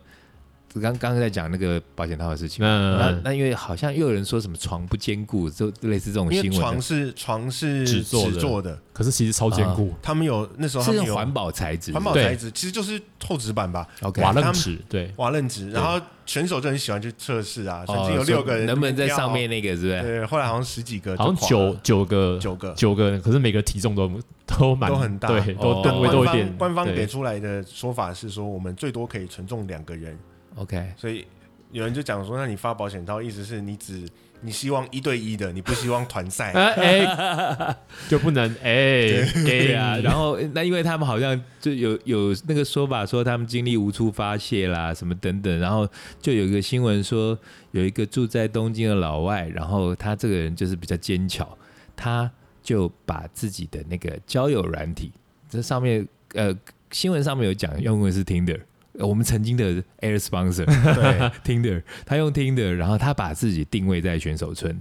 刚刚刚在讲那个保险套的事情。那
那
那因为好像又有人说什么床不坚固，就类似这种
因
新
为床
闻，
是床是
纸做的
的，
可是其实超坚固，
他们有那时候他
是
们有
用环保材质，
环保
对
材质，其实就是厚纸板吧，
OK
瓦
啊他
楞
们
纸，对，
瓦楞纸。然后选手就很喜欢去测试啊，曾
哦
经有六个人
能不能在
跳
上面？那个是不是？
对，后来好像十几呃个就垮
好
了，
像九九个
九个
九个，可是每个体重都都蛮
都很大
对，
哦
都
但
吨位
官
都有
方
点。
官方
对
给出来的说法是说，我们最多可以承重两个人，
OK，
所以有人就讲说，那你发保险套，意思是你只你希望一对一的，你不希望团 赛。
哎哎， 就不能哎给
对啊，然
后
后那因为他们好像就有有那个说法说他们精力无处发泄啦，什么等等，然后就有一个新闻说有一个住在东京的老外，然后他这个人就是比较坚巧，他就把自己的那个交友软体，这上面呃新闻上面有讲用的是 Tinder。呃我们曾经的 Air Sponsor
对，
Tinder，他用 Tinder，然后他把自己定位在选手村，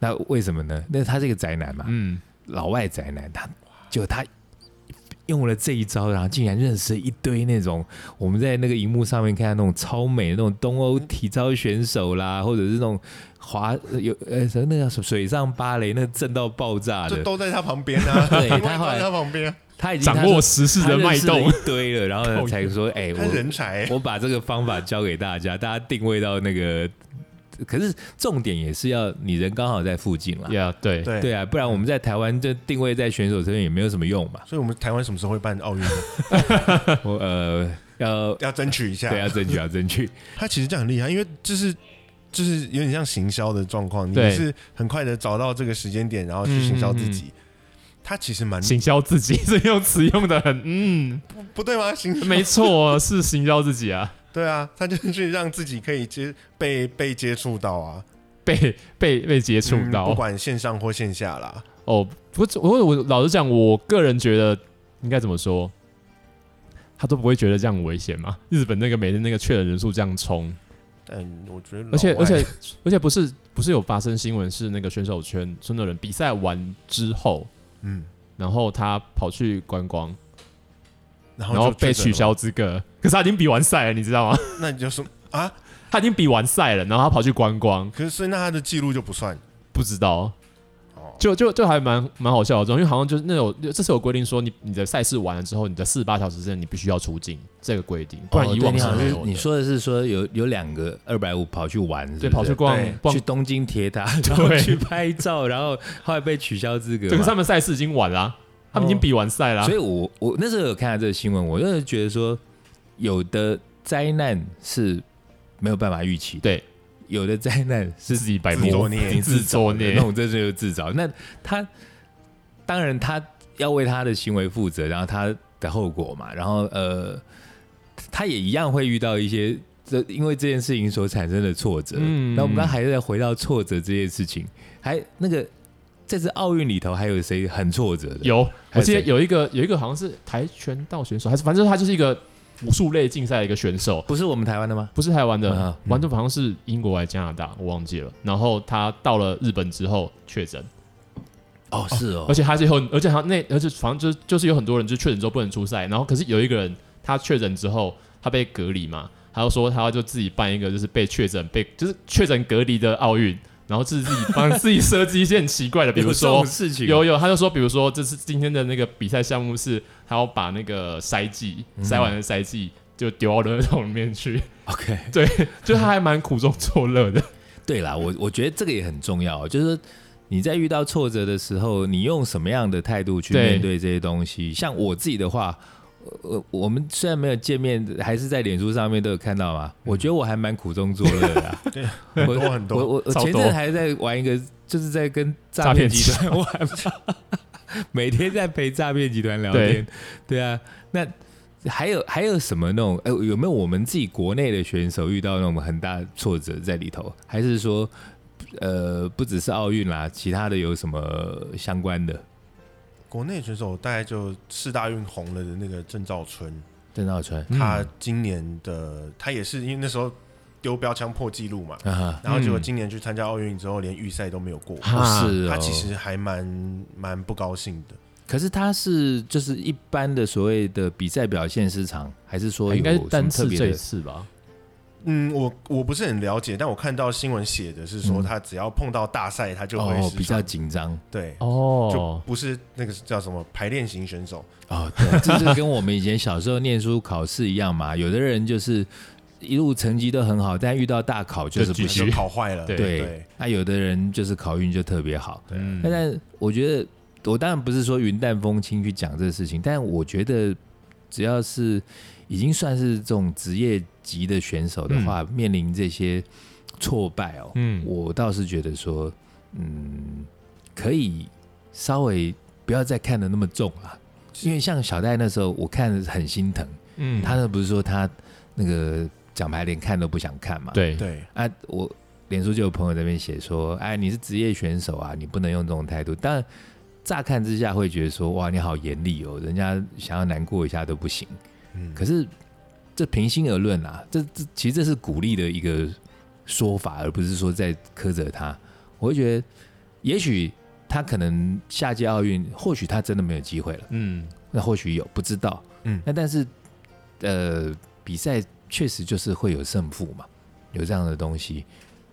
那为什么呢？那他是一个宅男嘛，
嗯，
老外宅男，他就他用了这一招，然后竟然认识一堆那种我们在那个荧幕上面看到那种超美的那种东欧体操选手啦，或者是那种滑有呃什么那叫什么水上芭蕾，那震到爆炸
就
的，
都在他旁边啊，
对
因为
他后来
都在他旁边啊，
他已经
掌握时事
他
的
认
脉
识了
动
一，堆了，然后呢才说哎、
他
我
人才。
我把这个方法教给大家，大家定位到那个，可是重点也是要你人刚好在附近啦。
呀，对，
对
对啊，不然我们在台湾就定位在选手身边也没有什么用嘛。
所以我们台湾什么时候会办奥运呢？
我呃要
要争取一下。
对
啊
啊要争取要争 取，
他其实这样很厉害，因为就是就是有点像行销的状况，你
对
是很快的找到这个时间点，然后去行销自己。他其实蛮
行销自己 这用词用的很，嗯，
不不对吗？行
没错，哦是行销自己啊，
对啊，他就是去让自己可以接被被接触到啊，
被被被接触
嗯
到
不，管线上或线下啦。
哦，不过我我老实讲，我个人觉得应该怎么说，他都不会觉得这样危险嘛。日本那个每天那个确诊人数这样冲，
但我觉得老外，
而且而且而且不是不是有发生新闻是那个选手圈村的人比赛完之后，
嗯，
然后他跑去观光，
然后
然后
就
被
确诊
取消资格，可是他已经比完赛了，你知道吗？
了，那你就说啊，
他已经比完赛了，然后他跑去观光，
可是所以那他的记录就不算
不知道。
哦，
就就就还蛮蛮好笑的，因为好像就是那有这次有规定说你你的赛事完了之后，你的四十八小时之内你必须要出境，这个规定，不然以往
哦你
是
好
没
像
有的。
你说的是说有有两个二百五跑去玩，是不
对，
是
跑去逛
对
逛
去，东京 铁塔，然后去拍照，然后后来被取消资格
这个
嘛。
他们赛事已经完啦，他们已经比完赛啊啦
所，以我我那时候有看到这个新闻，我就是觉得说，有的灾难是没有办法预期的，
对，
有的灾难
是自己摆
自作
摸，
孽
你自作孽
那。我这就是自找。那他当然他要为他的行为负责，然后他的后果嘛，然后呃，他也一样会遇到一些这因为这件事情所产生的挫折。
嗯
那我们刚刚还在回到挫折这件事情，还那个这次奥运里头还有谁很挫折的？
有，
还
我
有
记得
谁
有一个有一个好像是跆拳道选手，还是反正他就是一个武术类竞赛的一个选手，
不是我们台湾的吗？
不是台湾
嗯
的，完全好像是英国还是加拿大，我忘记了。然后他到了日本之后确诊，
哦，是哦
而，且他是有，而且他那，而且反正就是就是有很多人就确诊之后不能出赛，然后可是有一个人他确诊之后他被隔离嘛，他就说他就自己办一个就是被确诊被就是确诊隔离的奥运，然后自己帮自己设计一些很奇怪的，比如
有这
说
种事情，
有有，他就说，比如说这次今天的那个比赛项目是他要把那个筛剂筛完的筛剂就丢到垃圾桶里面去，
OK，
就他还蛮苦中作乐 的，
对啦，我我觉得这个也很重要，就是说你在遇到挫折的时候，你用什么样的态度去
对
面对这些东西。像我自己的话，呃，我们虽然没有见面，还是在脸书上面都有看到嘛。我觉得我还蛮苦中作乐的、啊，
对
我
很多很多
我我我
超多
前阵还在玩一个，就是在跟诈骗集团玩嘛， 每天在陪诈骗集团聊天。对啊，那。还有还有什么那种？呃，有没有我们自己国内的选手遇到那种很大挫折在里头？还是说，呃，不只是奥运啦，其他的有什么相关的？
国内选手大概就四大运红了的那个郑兆春，
郑兆春
嗯
他今年的他也是因为那时候丢标枪破纪录嘛，
啊，
然后结果
嗯
今年去参加奥运之后，连预赛都没有过。
不
啊
是、哦，
他其实还蛮蛮不高兴的，
可是他是就是一般的所谓的比赛表现失常，还是说
应该是
有什
单
么特
次
别
这一
的？
次吧，
嗯，我我不是很了解，但我看到新闻写的是说，
嗯
他只要碰到大赛，他就会
哦
失，
比较
常
紧张
对，就
哦，
不是那个叫什么排练型选手，
哦，对，这就跟我们以前小时候念书考试一样嘛。有的人就是一路成绩都很好，但遇到大考就
就
是不
继续
行。
就跑坏了，
对
对
对，那有的人就是考运就特别好。
嗯
但但我觉得，我当然不是说云淡风轻去讲这个事情，但我觉得只要是已经算是这种职业级的选手的话，面临这些挫败哦，
嗯
我倒是觉得说，嗯，可以稍微不要再看得那么重了，因为像小戴那时候，我看很心疼，
嗯
他那不是说他那个奖牌连看都不想看嘛，
对
对，
啊，我脸书就有朋友在那边写说，哎，你是职业选手啊，你不能用这种态度。但乍看之下会觉得说，哇，你好严厉哦，人家想要难过一下都不行。
嗯，
可是这平心而论啊，这这其实这是鼓励的一个说法，而不是说在苛责他。我会觉得，也许他可能下届奥运，或许他真的没有机会了。
嗯
那或许有不知道，
嗯
那但是呃，比赛确实就是会有胜负嘛，有这样的东西。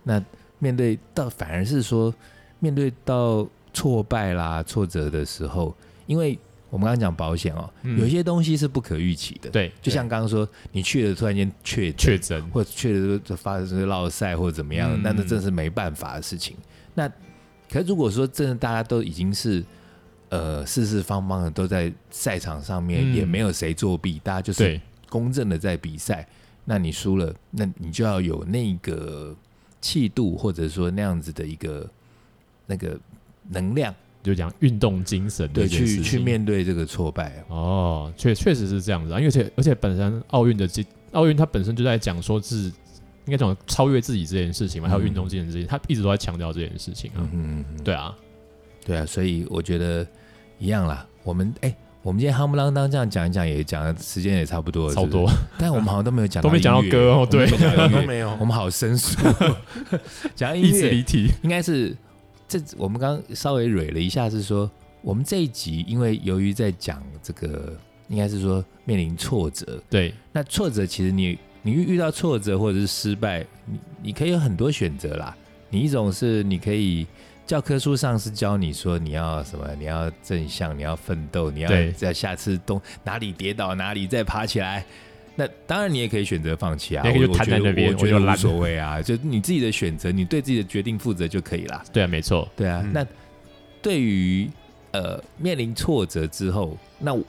那面对到反而是说，面对到挫败啦、挫折的时候，因为我们刚刚讲保险哦、
嗯
有一些东西是不可预期的，，
对
就像刚刚说，你去了突然间确诊
确诊
或者确实就发生落赛或者怎么样，
嗯
那那真是没办法的事情。那可是如果说真的大家都已经是呃四四方方的都在赛场上面，
嗯
也没有谁作弊，大家就是
对
公正的在比赛。那你输了，那你就要有那个气度，或者说那样子的一个那个能量，
就讲运动精神
对，
这件事
去
情
去面对这个挫败。
哦，确确实是这样子啊，因为而且而且本身奥运的这奥运它本身就在讲说是应该讲超越自己这件事情嘛，还有
嗯
运动精神这件，他一直都在强调这件事情啊
嗯，嗯嗯。
对啊，
对啊，所以我觉得一样啦。我们哎、我们今天夯不啷当这样讲一讲，也讲的时间也差不多了，
超
是
多
不是，但我们好像都没有讲
都没讲到
音乐
歌哦，对，
对都没有
我，们好生疏。讲
一
音
直离
乐
题，
应该是这，我们刚刚稍微蕊了一下，是说我们这一集因为由于在讲这个，应该是说面临挫折，
对，
那挫折其实你你遇到挫折或者是失败，你你可以有很多选择啦。你一种是你可以教科书上是教你说你要什么，你要正向，你要奋斗，你要
对
在下次东哪里跌倒哪里再爬起来。那当然，你也可以选择放弃啊，
你也可以
我
就瘫在那边
我
我
觉得
就
无
烂
所谓啊，就你自己的选择，你对自己的决定负责就可以啦。
对啊，没错，
对啊，
嗯
那对于呃面临挫折之后，那我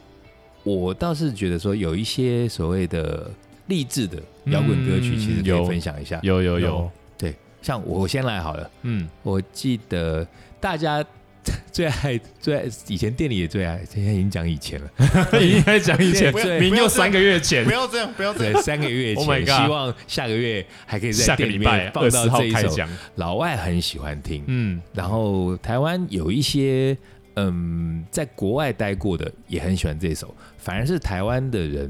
我倒是觉得说有一些所谓的励志的摇滚歌曲，
嗯
其实可
有
以分享一下。
有有有，
对，像我先来好了，
嗯，
我记得大家 最爱最爱以前店里也最爱，现在已经讲以前了，
应该讲以前
不要不要
明
这
又
样
三个月前
不，要这样，不 要这
对
样，，
三个月前
Oh my God
希望下个月还可以在
下个
店里
礼
面
拜
放
二
到
十号
这一
开
首
讲，
老外很喜欢听，
嗯，
然后台湾有一些嗯，在国外待过的也很喜欢这首，反而是台湾的人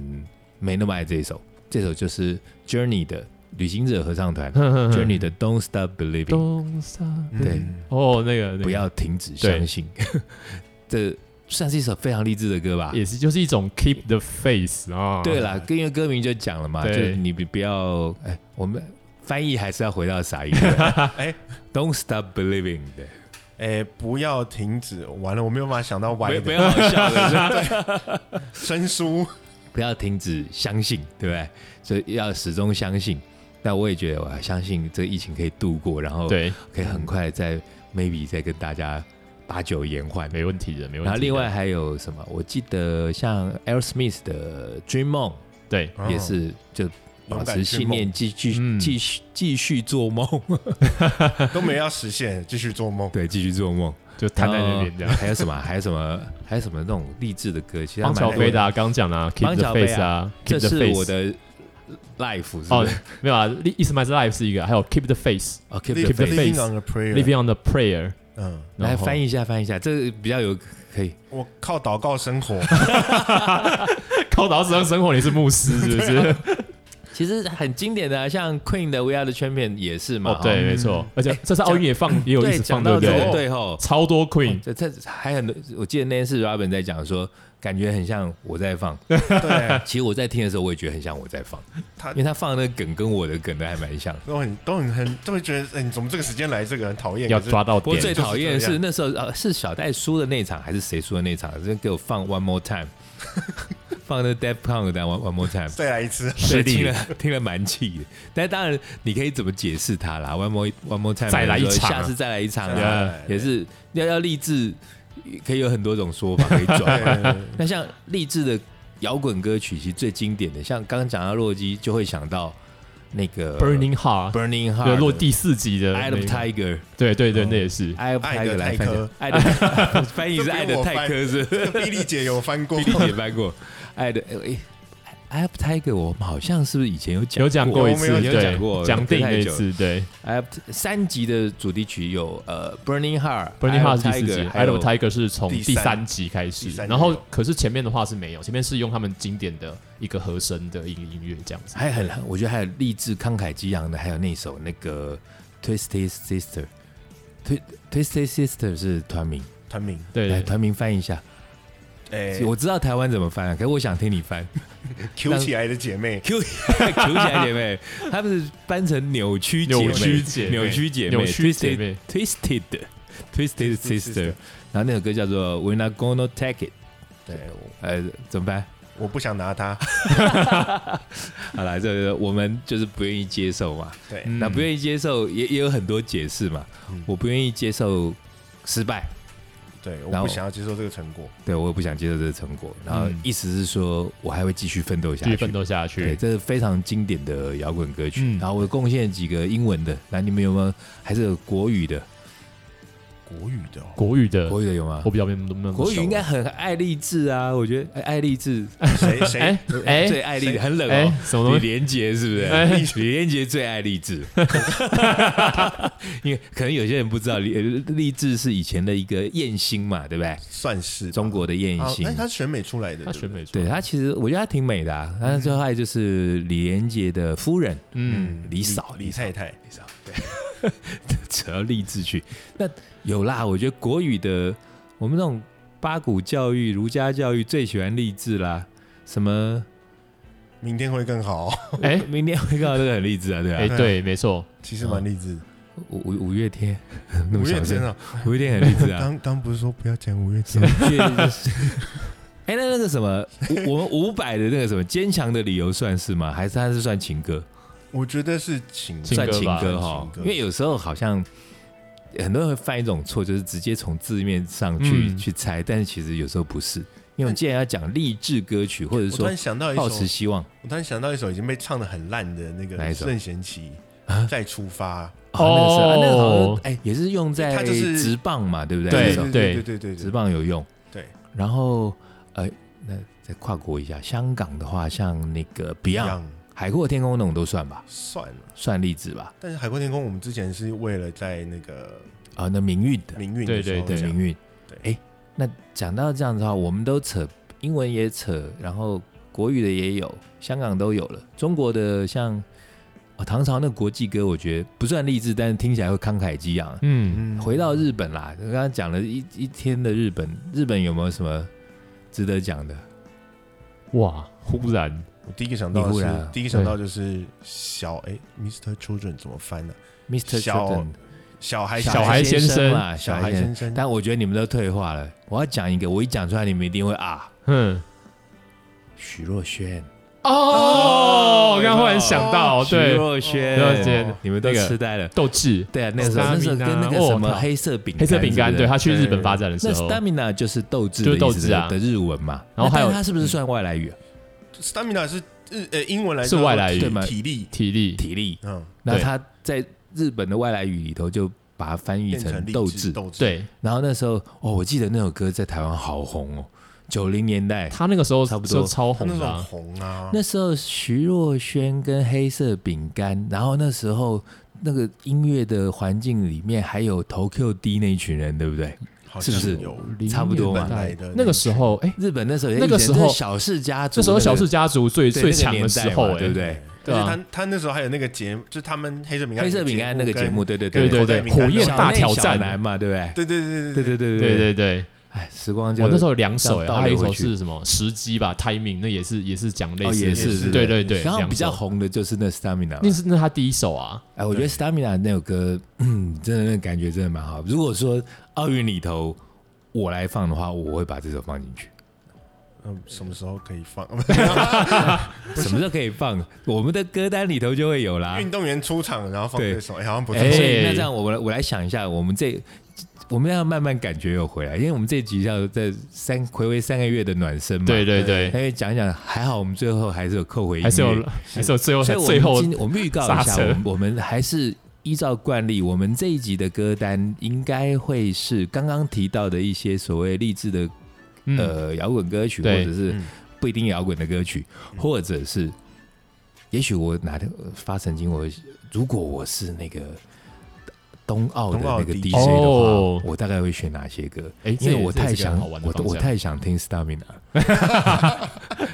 没那么爱这首。这首就是 Journey 的旅行者合唱团
Journey
Journey 的 Don't Stop Believing，
东山
嗯
对
哦，那个那个
不要停止相信， 这算是一首非常励志的歌吧？
也是就是一种 keep the face 啊。
啊对啦，因为歌名就讲了嘛，就
对
是你不不要哎，我们翻译还是要回到啥意思？
哎
，Don't Stop Believing，对，
哎，不要停止！完了，我没有办法想到歪
没没
的
有好笑的，就
生疏。
不要停止相信，对不对？所以要始终相信。但我也觉得，我相信这个疫情可以度过，然后
对，
可以很快再 maybe 再跟大家把酒言欢。
没问题的，没问题的。
然后啊另外还有什么？我记得像 Air Smith 的《Dream On
对》
哦
也是就保
勇敢
持
去
信
梦
念，继续
嗯
继续继续 做梦，
都没有要实现，继续做梦。
对，继续做梦。
就摊在那边这
然
样
后。还有什么？还有什么？还有什么那种励志的歌？其实还
邦
蛮
乔
多
飞的啊刚讲啦，keep
邦
the
乔菲
face 啊
这
，keep the
是我
face。
的 life 是
哦
不是？，
没有啊，Li-，Is My Life 是一个，还有 Keep the Face，Living
o k
Keep the
Living
faith
on a prayer。
on the Prayer。
嗯，
来
然后
翻译一下，翻译一下，这比较有可以。
我靠祷告生活。
靠岛纸上生活，你是牧师是不 是？
其实很经典的、啊，像 Queen 的《We Are the Champion》也是嘛。
哦，对，
哦
没错，而且这次奥运也放，也有一
对，
直放，
讲
对不
到这
对哦
个，？对哦吼。
超多 Queen，
这这还很多，我记得那天是 Robin 在讲说，感觉很像我在 放。
对，
其实我在听的时候，我也觉得很像我在放，
他
因为他放的那个梗跟我的梗都还蛮像。
都很都很很都会觉得，哎，你怎么这个时间来这个很讨厌？
要
可是
抓到
不过最
点。
讨厌的
就是是
那时候呃是小戴输的那场还是谁输的那场？就给我放 One More Time，放那 Def Punk 的 One One More Time。
再来一次。
对
失利
听了 听了蛮气的，但当然你可以怎么解释它啦？One more one more time，
再来一
比如说
场啊
下次再来一场
对
啊，也是要要励志，可以有很多种说法可以 转。
对
那像励志的摇滚歌曲，其实最经典的，像刚刚讲到洛基，就会想到那个
Burning Heart，
Burning Heart，哦
对，落第四集的
Eye
那
of
个，
Tiger，
对对对，那也是。
爱的
爱的
来
泰
翻
戈
译，爱的 翻译是
这不
爱
用
的
我
泰
翻
克是，
这个 Billy 姐有 翻过
丽，姐翻过，爱的哎。I have Tiger，我们好像是不是以前有讲
有讲过一次，
有我们有
对，
讲过
讲定
太
那一
久了
次，对
I have 三集的主题曲有呃 Burning Heart、
，Burning Heart 是第
Eye of
四集
Tiger，还
，I Love
有
Tiger 是从
第
第
三
三集开始
第，三集
然后
有
可是前面的话是没有，前面是用他们经典的一个和声的音音乐这样子，
还很我觉得还有励志慷慨激昂的，还有那首那个 Twisted Sister。Twi- Twisted Sister 是团名，
团名。
来
对，
团名翻一下。
哎
我知道台湾怎么翻、啊，可是我想听你 翻。
，Q 起来的姐妹，
Q 求起来姐妹，她们是翻成扭曲姐妹
扭曲姐妹
扭曲姐妹，
扭曲姐妹
Twisted Twisted Sister
Sister。
然后那首歌叫做 We're Not Gonna Take It。
对，
呃，怎么办？
我不想拿它。
好啦，这个我们就是不愿意接受嘛。
对，
嗯
那不愿意接受也也有很多解释嘛
嗯。
我不愿意接受失败，
对，
然
我
后
不想要接受这个成果。
对我也不想接受这个成果。然后
嗯
意思是说我还会继续奋斗下
继续
去。
奋斗下
对，
去，
这是非常经典的摇滚歌曲。
嗯
然后我贡献几个英文的，那你们有没有？还是有国语的？
国语的哦，
国语的，
国语的有吗
我？比啊较没那么
国语应该
熟
很爱励志啊，我觉得 哎爱励志，
谁
哎
谁
哎
最爱励志，
谁
很冷
哎
哦。，
什么
李
东西？
连杰是不是？
哎
李连杰最爱励志，因为可能有些人不知道，励励志是以前的一个艳星嘛，对不对？
算是吧
中国的艳
啊，
星
那。他是选美出来的，
他
对不
选
对
美出
对
来，
他其实，我觉得他挺美的啊。
嗯
但是最后还就是李连杰的夫人
嗯，
李嫂，
李太太，
李嫂，对，扯到励志去。那有啦，我觉得国语的我们那种八股教育、儒家教育最喜欢励志啦，什么
明天会更好，哦
哦嗯
哎
明天会告诉这个很励志啊，对吧、
哎，对，没错，
其实蛮励志的。
五五五月天， 那
五
么
月
小
天
声，
啊，
五月天很励志啊。
刚刚不是说不要讲五月
什
天
么？月？ 哎、那那个什么，我我们五百的那个什么坚强的理由算是吗？还是它是算情歌？
我觉得是情
情歌
算情
吧
歌哈
情，歌
因为有时候好像很多人会犯一种错，就是直接从字面上去、
嗯
去猜，但是其实有时候不是。因为我们既然要讲励志歌曲，或者
我突
说
然想到一
抱
首
持，希望，
我突然想到一首已经被唱的很烂的那个
哪一首
任贤齐
啊
《再出发》，
哦，那个是啊那个好像
哦
哎、也是用在
它就是
直棒嘛，对不对？那
对
时候
对对对对
直
对，
棒有用。
对，
然后呃，那再跨国一下，香港的话，像那个 Beyond、
样
海阔天空那种都算吧，
算了。
算例子吧。
但是海阔天空，我们之前是为了在那个
啊、那民运的，
民运
对
的
对
时候
对
讲
民运。
对
哎，那讲到这样的话，我们都扯英文也扯，然后国语的也有，香港都有了，中国的像哦唐朝那个国际歌，我觉得不算励志，但是听起来会慷慨激昂。
嗯，
嗯
回到日本啦，刚刚讲了一一天的日本，日本有没有什么值得讲的？嗯
哇，忽然
我第一个想到的
你忽
是，
然啊
第一个想到就是小哎、Mr. Children 怎么翻呢、
Mr.
小
Jordan，
小孩
小孩先生
啦，
小
小
孩
孩
先
先
生
生。，但我觉得你们都退化了。我要讲一个，我一讲出来你们一定会啊，
嗯，
徐若瑄。
哦，我刚忽然想到，
徐
对，
哦
若瑄，
徐若瑄
你哦们都
那个
痴呆了。
斗志，
对啊，那个时候
Stamina，
那时候跟那个
哦
什么
靠
黑色饼
黑色饼干，
是不
对
是
他去日本发展的时
那
候，
stamina 就是斗志
就
的
是
意思，
斗志啊
的日文嘛。
然后还有嗯
它是不是算外来语啊？
stamina 是日呃英文来
是
叫
外来
体
语
对吗
体力，
体力，
体力。
嗯，
那它在日本的外来语里头就把它翻译
变成励
斗
志
志。
斗志，
对
然后那时候哦，我记得那首歌在台湾好红哦，九零年
嗯
代。
他那个时候
差不多
就超
他
红
那
的
种
啊，
红啊，
那时候徐若瑄跟黑色饼干，然后那时候那个音乐的环境里面还有头 Q D 那一群人，对不对？
好
是
像
不是
有
差不多
嘛
零年代
来的
那个时候，哎，
日本那时候
那个
以前
时候
真的小氏家族
这
那个，
时候小氏家族最最
对那个
强的
年代
时
嘛
候，哎
对不对？
对
而
啊
且他他那时候还有那个节，就是他们黑色饼干
黑色饼干那个节目，，对对
对对
口
对
袋，饼干
火焰
小
大挑战，啊
难嘛，对不对？
对对对对
对对对
对对
对，
对，
哎，时光就
我那时候有两首，哎
这样倒
还有一
流
首
回去
是什么时机吧，timing，那也是也是讲类
哦
似
也
的
是
事，
是，
对对对，
然后
两
比较
首，
红的啊就是那 stamina，
那
嘛
是那是他第一首啊，
哎，我觉得 stamina 那首歌，嗯，真的那感觉真的蛮好。如果说奥运里头我来放的话，我会把这首放进去。
嗯，什么时候可以放？
什么时候可以放？我们的歌单里头就会有啦。
运动员出场然后放这首，哎，好像不错
啊哎、。所以
哎
那这样我们我来想一下，我们这我们要慢慢感觉有回来，因为我们这集要在三回味三个月的暖身嘛。
对对对，
哎，讲一讲，还好我们最后还是有扣回音乐，
还是有还是有最后
所以 我
最后
们今我们预告一
刹
下，
车
我们我们还是依照惯例，我们这一集的歌单应该会是刚刚提到的一些所谓励志的
嗯
呃摇滚歌曲，或
对
者是
嗯
不一定摇滚的歌曲，
嗯
或者是也许我哪天呃发神经，我如果我是那个。冬奥的
冬奥
那个
DJ
DJ 的话，
哦
我大概会选哪些歌？
哎
因
这
为
也
我
这也
太
是个
想
很好玩的
我
方
我
向
太想听 Stamina，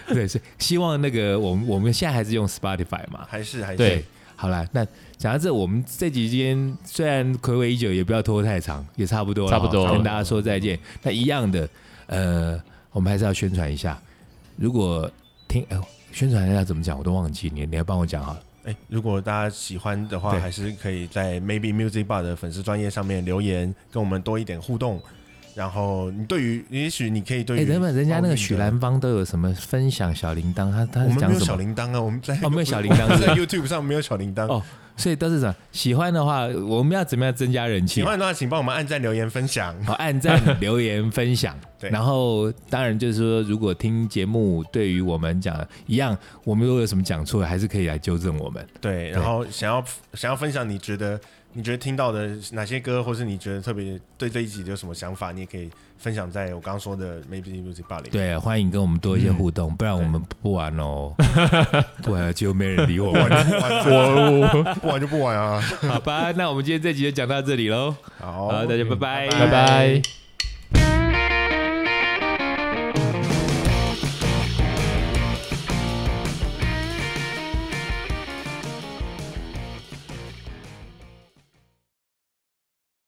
对， 是希望那个我们我们现在还是用 Spotify 嘛？
还是还是
对，
好啦，那讲到这，我们这几天虽然暌违已久，也不要拖太长，也差不多了哈，
差不多
跟大家说再见。那一样的，呃，我们还是要宣传一下。如果听，呃，宣传一下怎么讲，我都忘记，你你要帮我讲好了。
哎，如果大家喜欢的话，
对
还是可以在 Maybe Music Bar 的粉丝专业上面留言，跟我们多一点互动。然后你对于，也许你可以对
哎，
于
人本人家那个
奥
许
运的
兰芳都有什么分享小铃铛，他他
我
是
们没
讲
有
什
小
么？
铃铛啊，我们在
哦没有小铃铛
我们在
是
YouTube 上没有小铃铛
哦。所以都是什么？喜欢的话，我们要怎么样增加人气
喜
啊？
欢的话，请帮我们按赞、留言、分享。
好，哦按赞、留言、分 享。
对
然后当然就是说，如果听节目对于我们讲一样，我们如果有什么讲错，还是可以来纠正我们。
对，然后想要想要分享，你觉得你觉得听到的哪些歌，或是你觉得特别对这一集有什么想法，你也可以分享在我刚刚说的 Maybe Music Bar 里面。
对，啊嗯欢迎跟我们多一些互动，不然我们不玩哦， 不玩了就没人理我
不
们。
玩就不玩，我不玩就不玩啊！
好吧，那我们今天这集就讲到这里喽。嗯
好，
好，大家拜拜，
拜拜。